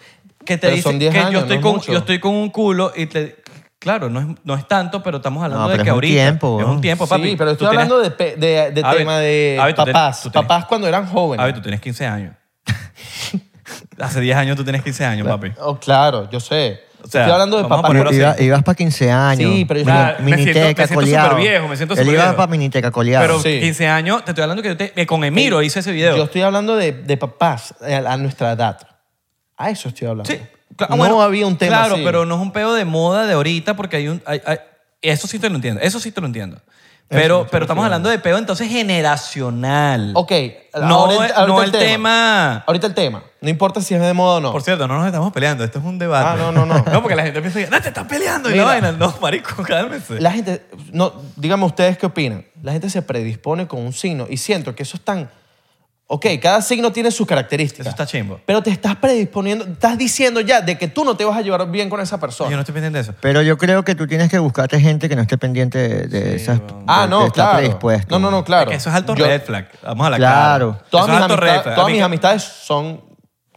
Que te
Pero
dicen
son 10
que yo,
años,
estoy
no es
con,
mucho.
yo estoy con un culo y te... Claro, no es, no es tanto, pero estamos hablando
No,
de
pero
que
es un
ahorita...
tiempo,
Es
weón.
un tiempo,
sí,
papi.
pero
Tú
estoy
tienes-
hablando de, pe- de, de
A ver,
tema de
a ver, tú tienes-
papás.
tú tienes-
papás cuando eran jóvenes.
A ver, tú tienes 15 años. Hace 10 años tú tienes 15 años, papi.
Oh, claro, yo sé.
O sea,
estoy hablando de
vamos a
papás.
ponerlo
Y-
así.
Iba, ibas para 15 años.
Sí, pero yo-
Mini-
Ah, me
miniteca
siento- me siento
coleado.
superviejo, me siento
Él iba
superviejo.
para miniteca coleado.
Pero
Sí.
15 años, te estoy hablando que yo te- eh, con Emiro hice ese video.
Yo estoy hablando de, de papás eh, a, a nuestra edad. A eso estoy hablando.
Sí, cla-
no
bueno,
había un tema
Claro,
así.
pero no es un peo de moda de ahorita porque hay un... hay- hay- eso sí te lo entiendo, eso sí te lo entiendo. Pero, pero estamos hablando de peo entonces generacional.
Ok,
No,
ahora,
eh,
ahorita
no
el
el tema.
Ahorita el tema. No importa si es de moda o no.
Por cierto, no nos estamos peleando, esto es un debate.
Ah, no, no, no.
no, porque la gente piensa, no, te estás peleando y la
Mira.
vaina. No, marico, cálmese.
La gente, no, díganme ustedes qué opinan. La gente se predispone con un signo y siento que eso es tan... Ok, cada signo tiene sus características.
Eso está chimbo.
Pero te estás predisponiendo, estás diciendo ya de que tú no te vas a llevar bien con esa persona.
Yo no estoy pendiente de eso.
Pero yo creo que tú tienes que buscarte gente que no esté pendiente de, de esas.
ah,
de-
no,
que está
claro.
predispuesto.
No, no, no, claro.
Es que eso es alto
Yo-
red flag. Vamos a la
Claro.
cara.
Todas,
Eso es
mis,
alto
amistades-
red flag.
todas
A mí
mis
que-
amistades son...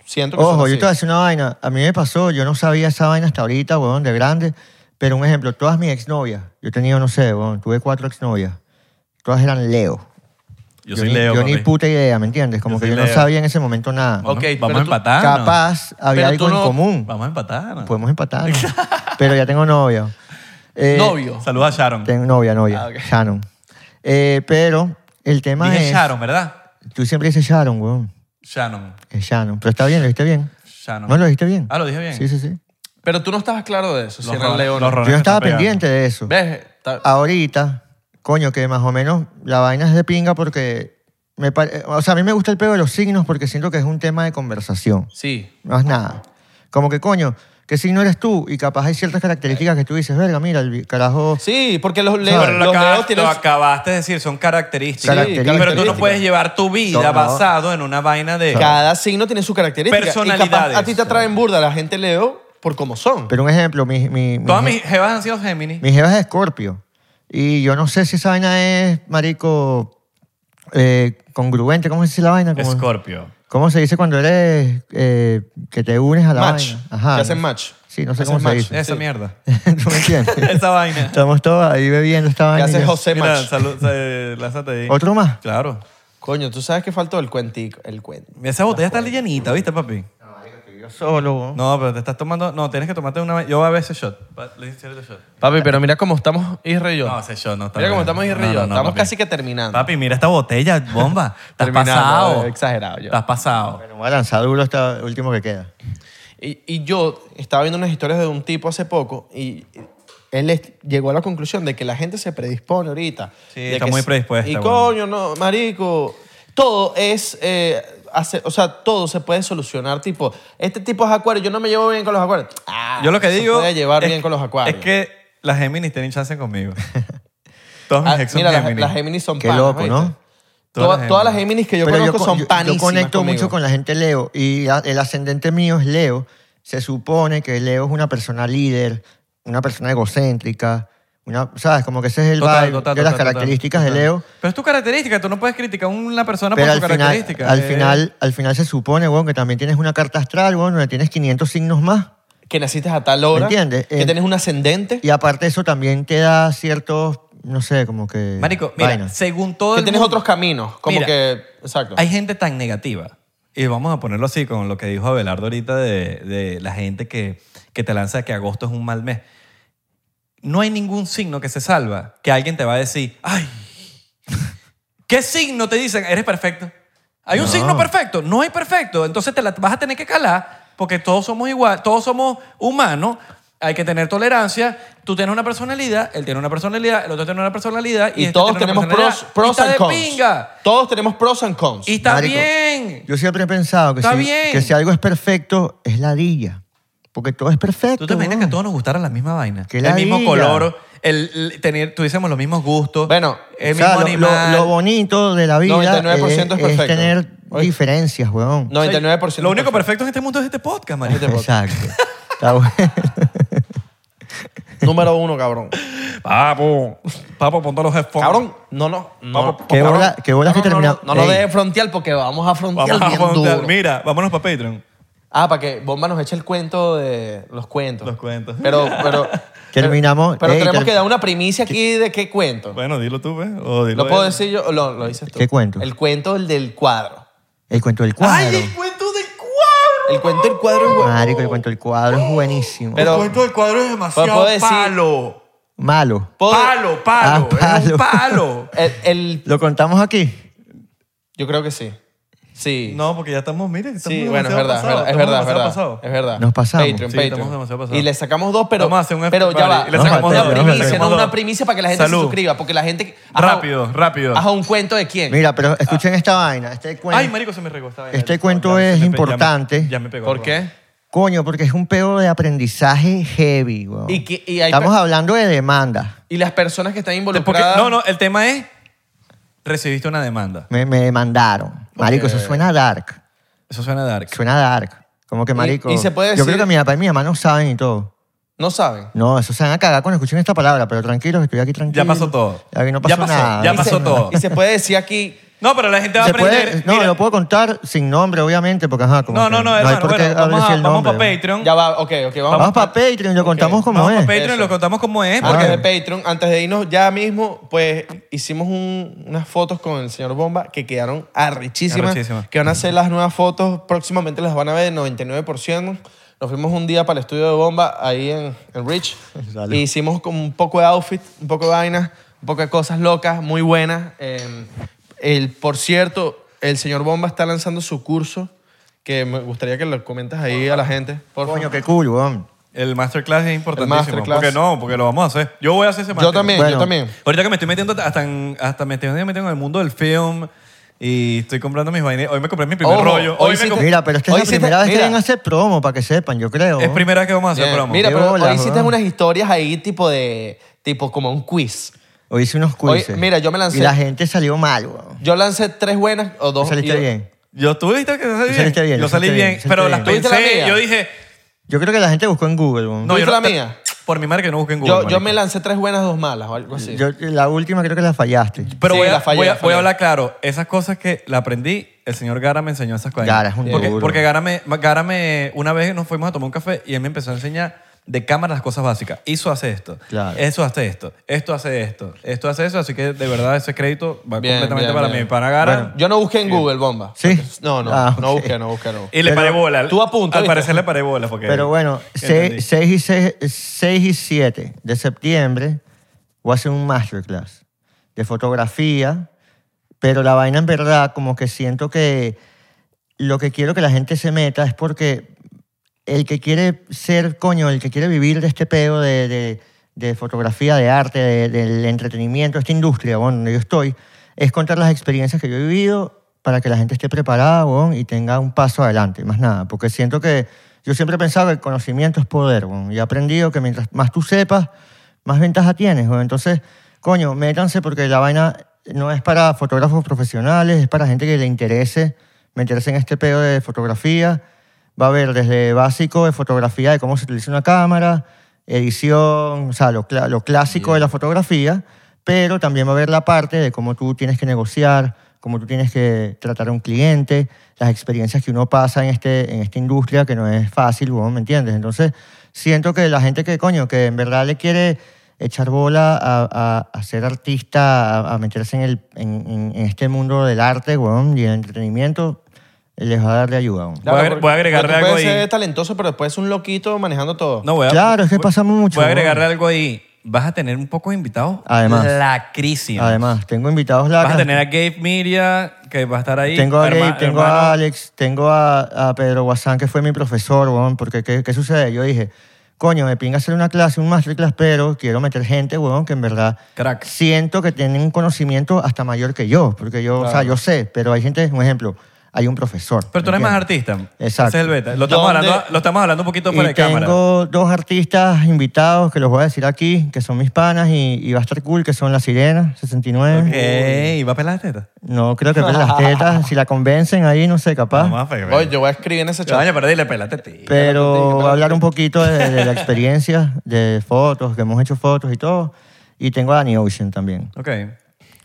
Siento que son
Ojo, yo te
así.
voy a decir una vaina. A mí me pasó, yo no sabía esa vaina hasta ahorita, weón, de grande. Pero un ejemplo, todas mis exnovias, yo tenía, no sé, weón, tuve cuatro exnovias. Todas eran Leo.
Yo soy
ni-
Leo.
Yo ni
papi.
puta idea, ¿me entiendes? Como
Yo
que
soy
yo no
Leo.
sabía en ese momento nada.
Vamos,
Ok,
vamos
pero
a
tú-
empatar. ¿no?
Capaz había
Pero
algo
tú no-
en común.
Vamos a empatar.
Pues,
¿no?
Podemos empatar. ¿no? pero ya tengo novia. Eh,
Novio.
Saluda a Sharon.
Tengo novia, novia.
Ah, ok.
Shannon. Eh, pero el tema
Dije
es.
Sharon, ¿verdad?
Tú siempre dices Sharon, weón.
Shannon.
Es Shannon. Pero está bien, lo dijiste bien.
Shannon.
No, lo dijiste bien.
Ah, lo dije bien.
Sí, sí, sí.
Pero tú no estabas claro de eso, si era
rones-
Leo o
los
no.
rones
Yo no
que
estaba
están pegando.
pendiente de eso.
¿Ves? Está-
Ahorita, coño, que más o menos la vaina es de pinga porque. Me pare- O sea, a mí me gusta el pego de los signos porque siento que es un tema de conversación.
Sí.
No es nada. Como que, coño, ¿qué signo eres tú? Y capaz hay ciertas características que tú dices, verga, mira, el carajo.
Sí, porque los Leo,
Pero lo,
los
acabas-
Leo tienen...
lo acabaste de decir, son características.
Características.
Pero tú no
Características.
puedes llevar tu vida
No, no.
basado en una vaina de...
Cada signo tiene su característica. Y
Personalidades.
capaz a ti te atraen burda la gente Leo por cómo son.
Pero un ejemplo, mi, mi, mi,
Todas
je-
mis jevas han sido Géminis.
mi jeva es de Escorpio. Y yo no sé si esa vaina es, marico, eh, congruente. ¿Cómo se dice la vaina? Como-
Escorpio.
¿Cómo se dice cuando eres eh, que te unes a la
match.
vaina? Ajá.
Que hacen match.
Sí, no sé
Hacen
cómo se
match.
dice.
Esa mierda.
¿Tú me entiendes?
Esa vaina.
Estamos todos ahí bebiendo esta
Que
vaina. y
hace
yo-
José
Mira,
match.
salud, eh, lázate ahí.
¿Otro más?
Claro.
Coño, tú sabes que faltó el cuentico. El cuento.
Esa botella está llanita, ¿viste, papi?
Yo solo.
No, pero te estás tomando... No, tienes que tomarte una... Yo voy a ver ese shot. Pa- Le hice el shot.
Papi, pero mira cómo estamos Isra y yo.
No, ese shot no está
mira cómo
bien.
estamos Isra
No,
y yo.
no, no,
estamos
papi.
casi que terminando.
Papi, mira esta botella, bomba. Estás
Terminando,
pasado.
eh, exagerado yo.
Estás pasado.
Bueno, voy a lanzar duro este último que queda.
Y, y yo estaba viendo unas historias de un tipo hace poco y él es- llegó a la conclusión de que la gente se predispone ahorita.
Sí,
De
está
que
muy
se-
predispuesta,
Y
weón.
coño, no, marico. Todo es. eh, hace- o sea, todo se puede solucionar. Tipo, este tipo es acuario, yo no me llevo bien con los acuarios. Ah,
Yo lo que digo.
Se puede llevar
es-
bien con los acuarios.
Es que las Géminis tienen chance conmigo. Todas mis
Ah,
ex son
mira, las,
Géminis.
las Géminis son
Qué
panas,
loco,
¿oíste?
¿no?
Todas, todas las Géminis que yo
Pero
conozco
co-
son panísimas
Yo conecto
conmigo.
mucho con la gente Leo y a- el ascendente mío es Leo. Se supone que Leo es una persona líder, una persona egocéntrica, una, ¿sabes? Como que ese es el
Total,
vibe
total,
de
total,
las
total,
características
total.
de Leo.
Pero es tu característica, tú no puedes criticar a una persona
Pero
por
al
su
final,
característica.
al,
eh.
final, al final se supone, bueno, que también tienes una carta astral, bueno, donde tienes 500 signos más.
Que naciste a tal hora.
¿Entiendes?
Que
Eh,
tienes un ascendente.
Y aparte eso también te da ciertos, no sé, como que...
Marico, mira,
vainas.
según todo.
Que
el
tienes
mundo-
otros caminos. Como
Mira,
que. Exacto.
Hay gente tan negativa. Y vamos a ponerlo así con lo que dijo Abelardo ahorita de, de la gente que, que te lanza que agosto es un mal mes. No hay ningún signo que se salva que alguien te va a decir, ay, ¿qué signo te dicen? Eres perfecto. ¿Hay un
No.
signo perfecto? No hay perfecto. Entonces te la vas a tener que calar porque todos somos igual, todos somos humanos. Hay que tener tolerancia. Tú tienes una personalidad, él tiene una personalidad, el otro tiene una personalidad. Y,
y
este
todos
tiene una
tenemos pros,
personalidad. Y
pros
está
and
de
cons.
pinga.
Todos tenemos pros and cons.
Y está
Marico,
bien.
Yo siempre he pensado que,
Está
si,
bien.
que si algo es perfecto, es ladilla. Porque todo es perfecto.
¿Tú te imaginas que
weón.
a todos nos gustara la misma vaina?
Qué
el mismo
ladilla.
color, el, el tener, tuviésemos los mismos gustos,
Bueno,
el
O sea, lo-
mismo
lo,
animal.
lo bonito de la vida
99% es
es, es
perfecto.
tener
Oye.
diferencias, weón.
O sea,
99%.
Lo único perfecto en este mundo es este podcast, marico.
Este podcast.
Exacto. Está bueno.
Número uno, cabrón.
Papo, papo, pon todos los headphones.
Cabrón, no, no. no
Qué
cabrón.
bola- qué bola
No,
que
no, no,
terminamos-
No, no, no
Ey.
dejes frontear porque vamos a frontear
Vamos a
bien
ponte-
duro.
Mira, vámonos para Patreon.
Ah, para que Bomba nos eche el cuento de los cuentos.
Los cuentos.
Pero, pero...
Terminamos-
Pero
Ey,
tenemos
ter-
que dar una primicia aquí de qué cuento.
Bueno, dilo tú, ¿ves? O dilo
¿Lo puedo
él.
decir yo? o Lo, lo dices tú.
¿Qué cuento?
El cuento el del cuadro.
El cuento del cuadro.
cuento del cuadro!
El cuento del cuadro es bueno.
Marico, el cuento del cuadro es buenísimo.
Pero-
el cuento del cuadro es demasiado
puedo decir-
palo.
Malo.
Puedo-
Palo, palo.
Ah,
Es
palo.
un palo.
El, el-
¿Lo contamos aquí?
yo creo que sí. Sí.
No, porque ya estamos, miren, estamos
sí, bueno, es
demasiado
verdad,
pasados,
es
estamos
verdad, es
demasiado
verdad,
pasados.
es verdad.
Nos pasamos.
Patreon,
Sí,
Patreon.
estamos demasiado pasados.
Y le sacamos dos, pero,
Vamos a hacer un
pero ya
after
va.
party. Y le
no,
sacamos
una
dos, le
primicia,
sacamos
no una
dos.
primicia para que la gente
Salud.
se suscriba, porque la gente...
Rápido, rápido.
Ajá, un cuento de quién.
Mira, pero escuchen esta vaina. Este cuento,
Ay, marico, se me regó esta vaina.
Este
Ya
cuento
me-
es
ya me-
importante.
Ya me, ya me pegó.
¿Por qué?
coño, porque es un pedo de aprendizaje heavy, weón.
Y que- y hay
Estamos
per-
hablando de demanda.
Y las personas que están
Porque-
involucradas...
no, no, el tema es, recibiste una demanda.
Me, me demandaron. Marico, eso suena dark.
Eso suena dark.
Suena dark. Como que, marico.
y se puede
Yo
decir-
creo que mi papá y mi mamá no saben y todo.
No saben.
No, eso se van a cagar cuando escuchen esta palabra, pero tranquilos, estoy aquí tranquilo.
Ya pasó todo.
Aquí no pasó
Ya pasó,
nada.
ya
Y
pasó
se-
todo.
Y se puede decir aquí...
No, pero la gente va a
Se puede-
aprender.
no,
mira.
lo puedo contar sin nombre, obviamente, porque ajá, como
no,
que
no, no,
hay
hermano.
por qué
Bueno, vamos,
decir
a-
el
vamos para
nombre.
Patreon.
Ya va, ok, ok, vamos.
Vamos para Patreon, lo contamos como
vamos
es.
para Patreon y
Eso.
lo contamos como es.
Ah,
Porque
porque-
es de Patreon. Antes de irnos ya mismo, pues hicimos un- unas fotos con el señor Bomba que quedaron arrechísimas.
Arrechísimas.
Que van a ser las nuevas fotos. Próximamente las van a ver 99%. Nos fuimos un día para el estudio de Bomba ahí en, en Rich.
Salud.
Y hicimos como un poco de outfit, un poco de vainas, un poco de cosas locas, muy buenas. Eh, el, por cierto, el señor Bomba está lanzando su curso que me gustaría que lo comentas ahí a la gente. Por
Coño,
favor.
qué cool, weón.
El masterclass es importantísimo.
masterclass.
Porque no, porque lo vamos a hacer. Yo voy a hacer ese
Yo
masterclass.
también, yo
Bueno.
también.
Ahorita que me estoy metiendo hasta en, hasta me estoy metiendo en el mundo del film y estoy comprando mis vainas. Hoy me compré mi primer
Ojo,
rollo.
hoy
Hoy, me
sí te-
compré.
Mira, pero esta
Hoy
es la
sí te-
primera vez que
mira.
vienen a hacer promo, para que sepan, yo creo.
Es primera vez que vamos a hacer
Bien.
promo.
Mira,
Qué
pero
bolas,
hoy hiciste
weón.
unas historias ahí tipo de... Tipo como un quiz.
Hoy hice unos
Hoy-
quizzes.
mira, yo me lancé.
Y la gente salió mal, weón.
Yo lancé tres buenas o
Tú
dos.
saliste
y-
bien.
Yo tú viste que salí
Tú
bien.
saliste bien,
Yo
tú
salí
saliste
bien,
bien, tú
pero las
saliste
bien. ¿Tuviste la
pensé.
mía?
yo dije,
Yo creo que la gente buscó en Google, weón.
no, yo
¿Tuviste
no-
la mía?
Por mi madre que no busquen Google.
Yo, yo
marico.
me lancé tres buenas, dos malas o algo así.
Yo- la última creo que la fallaste.
Pero
Sí,
voy, a,
la fallé,
voy a-
la fallé.
voy a hablar claro. Esas cosas que la aprendí, el señor Gara me enseñó esas cosas.
Gara es un
porque,
duro.
Porque Gara me, Gara me- una vez nos fuimos a tomar un café y él me empezó a enseñar de cámara las cosas básicas. Eso hace esto.
Claro.
Eso hace esto. Esto hace esto. Esto hace eso. Así que de verdad ese crédito va
Bien,
completamente
bien,
para
bien.
mi pana Gara.
Yo no busqué en Google, bomba.
Sí.
No, no,
Ah,
no
ok.
busqué, no busqué, no busqué.
y le
Pero
paré bola.
tú apunta,
Al
¿viste?
parecer le paré bola. Porque
Pero bueno,
Entendí.
6 y, se- seis y 7 de septiembre voy a hacer un masterclass de fotografía, pero la vaina en verdad como que siento que lo que quiero que la gente se meta es porque el que quiere ser, coño, el que quiere vivir de este pedo de, de- de fotografía, de arte, de- del entretenimiento, esta industria, bueno, donde yo estoy, es contar las experiencias que yo he vivido para que la gente esté preparada, weón, y tenga un paso adelante, más nada. Porque siento que yo siempre he pensado que el conocimiento es poder, weón, y he aprendido que mientras más tú sepas, más ventaja tienes, weón. Entonces, coño, métanse porque la vaina no es para fotógrafos profesionales, es para gente que le interese meterse en este pedo de fotografía. Va a haber desde básico de fotografía, de cómo se utiliza una cámara, edición, o sea, lo, cla- lo clásico de la fotografía, pero también va a haber la parte de cómo tú tienes que negociar, cómo tú tienes que tratar a un cliente, las experiencias que uno pasa en, este, en esta industria que no es fácil, weón, ¿me entiendes? Entonces, siento que la gente que, coño, que en verdad le quiere echar bola a, a- a ser artista, a, a meterse en, el, en, en- en este mundo del arte, weón, y el entretenimiento, les va a darle ayuda, weón.
Voy a agre-
porque-
voy a agregarle
porque tú
algo
puedes
ahí.
ser talentoso, pero después es un loquito manejando todo.
No, voy a-
Claro, es que pasa mucho,
Voy a agregarle
weón.
algo ahí. Vas a tener un poco de invitados.
Además.
Lacrísimos.
Además, tengo invitados
Vas a
lacras.
tener a Gabe Miria, que va a estar ahí.
Tengo a
Herma-
Gabe, tengo
hermano.
a Alex, tengo a, a Pedro Guasán, que fue mi profesor, weón, porque ¿qué, qué sucede? Yo dije, coño, me pinga hacer una clase, un masterclass, pero quiero meter gente, weón, que en verdad
Crack.
siento que tienen un conocimiento hasta mayor que yo, porque yo, o sea, yo sé, pero hay gente, un ejemplo, hay un profesor.
Pero tú eres
¿entiendes?
más artista.
Exacto.
Ese es el beta. Lo estamos,
¿Dónde?
hablando, lo estamos hablando un poquito
Y
fuera de cámara.
tengo dos artistas invitados que los voy a decir aquí, que son mis panas y, y va a estar cool, que son La Sirena, 69.
Ey, ¿va a pelar la teta?
No creo que peleen las tetas, si la convencen ahí, no sé, capaz.
No, más feo.
Oye, yo voy a escribir en ese chat.
Oye, pero dile, pela teta.
pero hablar un poquito de, de la experiencia de fotos, que hemos hecho fotos y todo. Y tengo a Danny Ocean también.
Ok.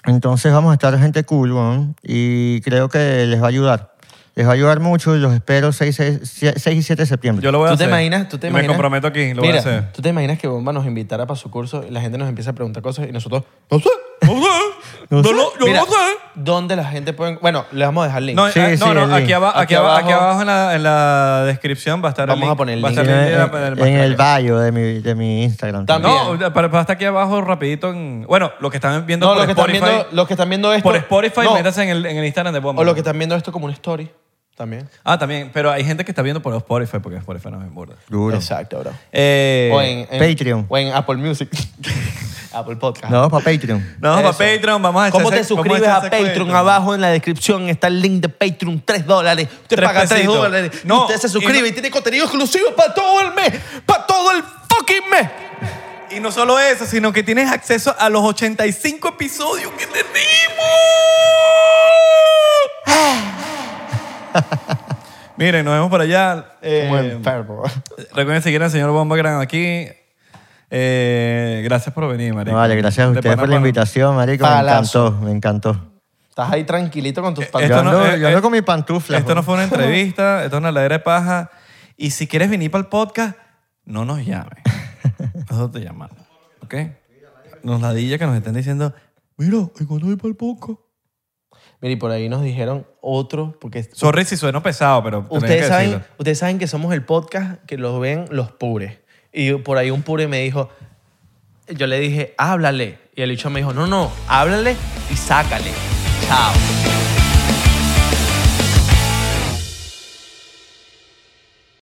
Entonces vamos a estar gente cool, weón, y creo que les va a ayudar. Les va a ayudar mucho y los espero 6, y 7 de septiembre.
Yo lo voy a
¿Tú te
hacer.
imaginas? ¿Tú te
Me
imaginas?
comprometo aquí, lo
Mira,
voy a hacer.
¿tú te imaginas que Bomba nos invitara para su curso y la gente nos empieza a preguntar cosas y nosotros, no sé,
No sé.
No sé.
Yo no- yo
Mira,
no sé.
¿Dónde la gente puede...? Bueno, les vamos a dejar el link.
No,
Sí,
eh, no,
sí,
no,
el
aquí,
link.
aba- aquí
Aquí
aba- aquí
abajo.
abajo en la, en la descripción va a estar
Vamos
el link.
a poner el
Va
link.
estar
en,
el link
en-
de la- del
en el
masacre.
bio de mi, de mi Instagram.
También.
No, para, para hasta aquí abajo rapidito. En, bueno, los que están viendo
No,
por
los que, están
Spotify.
viendo, los que están viendo esto...
por Spotify,
no,
métanse en el, en el Instagram de Bomba.
O los que están viendo esto como una story también.
Ah, también. Pero hay gente que está viendo por Spotify porque Spotify no es burda.
Duro.
Exacto, bro.
Eh,
o en, en-
Patreon.
O en Apple Music. Apple Podcast.
No, para Patreon.
No, para
Eso.
Patreon, vamos a echar
¿Cómo te
ese- vamos
suscribes
echar
a
ese
Patreon?
cuento.
Abajo en la descripción está el link de Patreon, 3 dólares. Usted
Tres
paga 3
pesitos.
dólares.
No,
usted se
y
suscribe y,
no-
tiene contenido exclusivo para todo el mes. Para todo el fucking mes.
Y no solo eso, sino que tienes acceso a los 85 episodios que tenemos. Miren, nos vemos por allá. Eh,
Como enfermo.
Recuerden seguir al señor Bomba Gran aquí. Eh, gracias por venir, María.
No, vale, gracias a ustedes por la invitación, marico. Me
Palazo.
encantó, me encantó.
Estás ahí tranquilito con tus
Yo
Esto
pantalones.
no-
ando,
eh,
yo ando
eh,
con mi pantufla.
Esto no
weón.
fue una entrevista, esto es una ladera de paja. Y si quieres venir para el podcast, no nos llames. Nosotros te llamamos. ¿Ok? Nos ladilla que nos estén diciendo, mira, ¿y cuándo voy para el podcast?
Mira, y por ahí nos dijeron otro, porque
Sorry si sueno pesado, pero tenía que
ustedes saben,
decirlo.
ustedes saben que somos el podcast que los ven los pures. Y por ahí un pure me dijo, yo le dije, háblale. Y el bicho me dijo, no, no, háblale y sácale. Chao.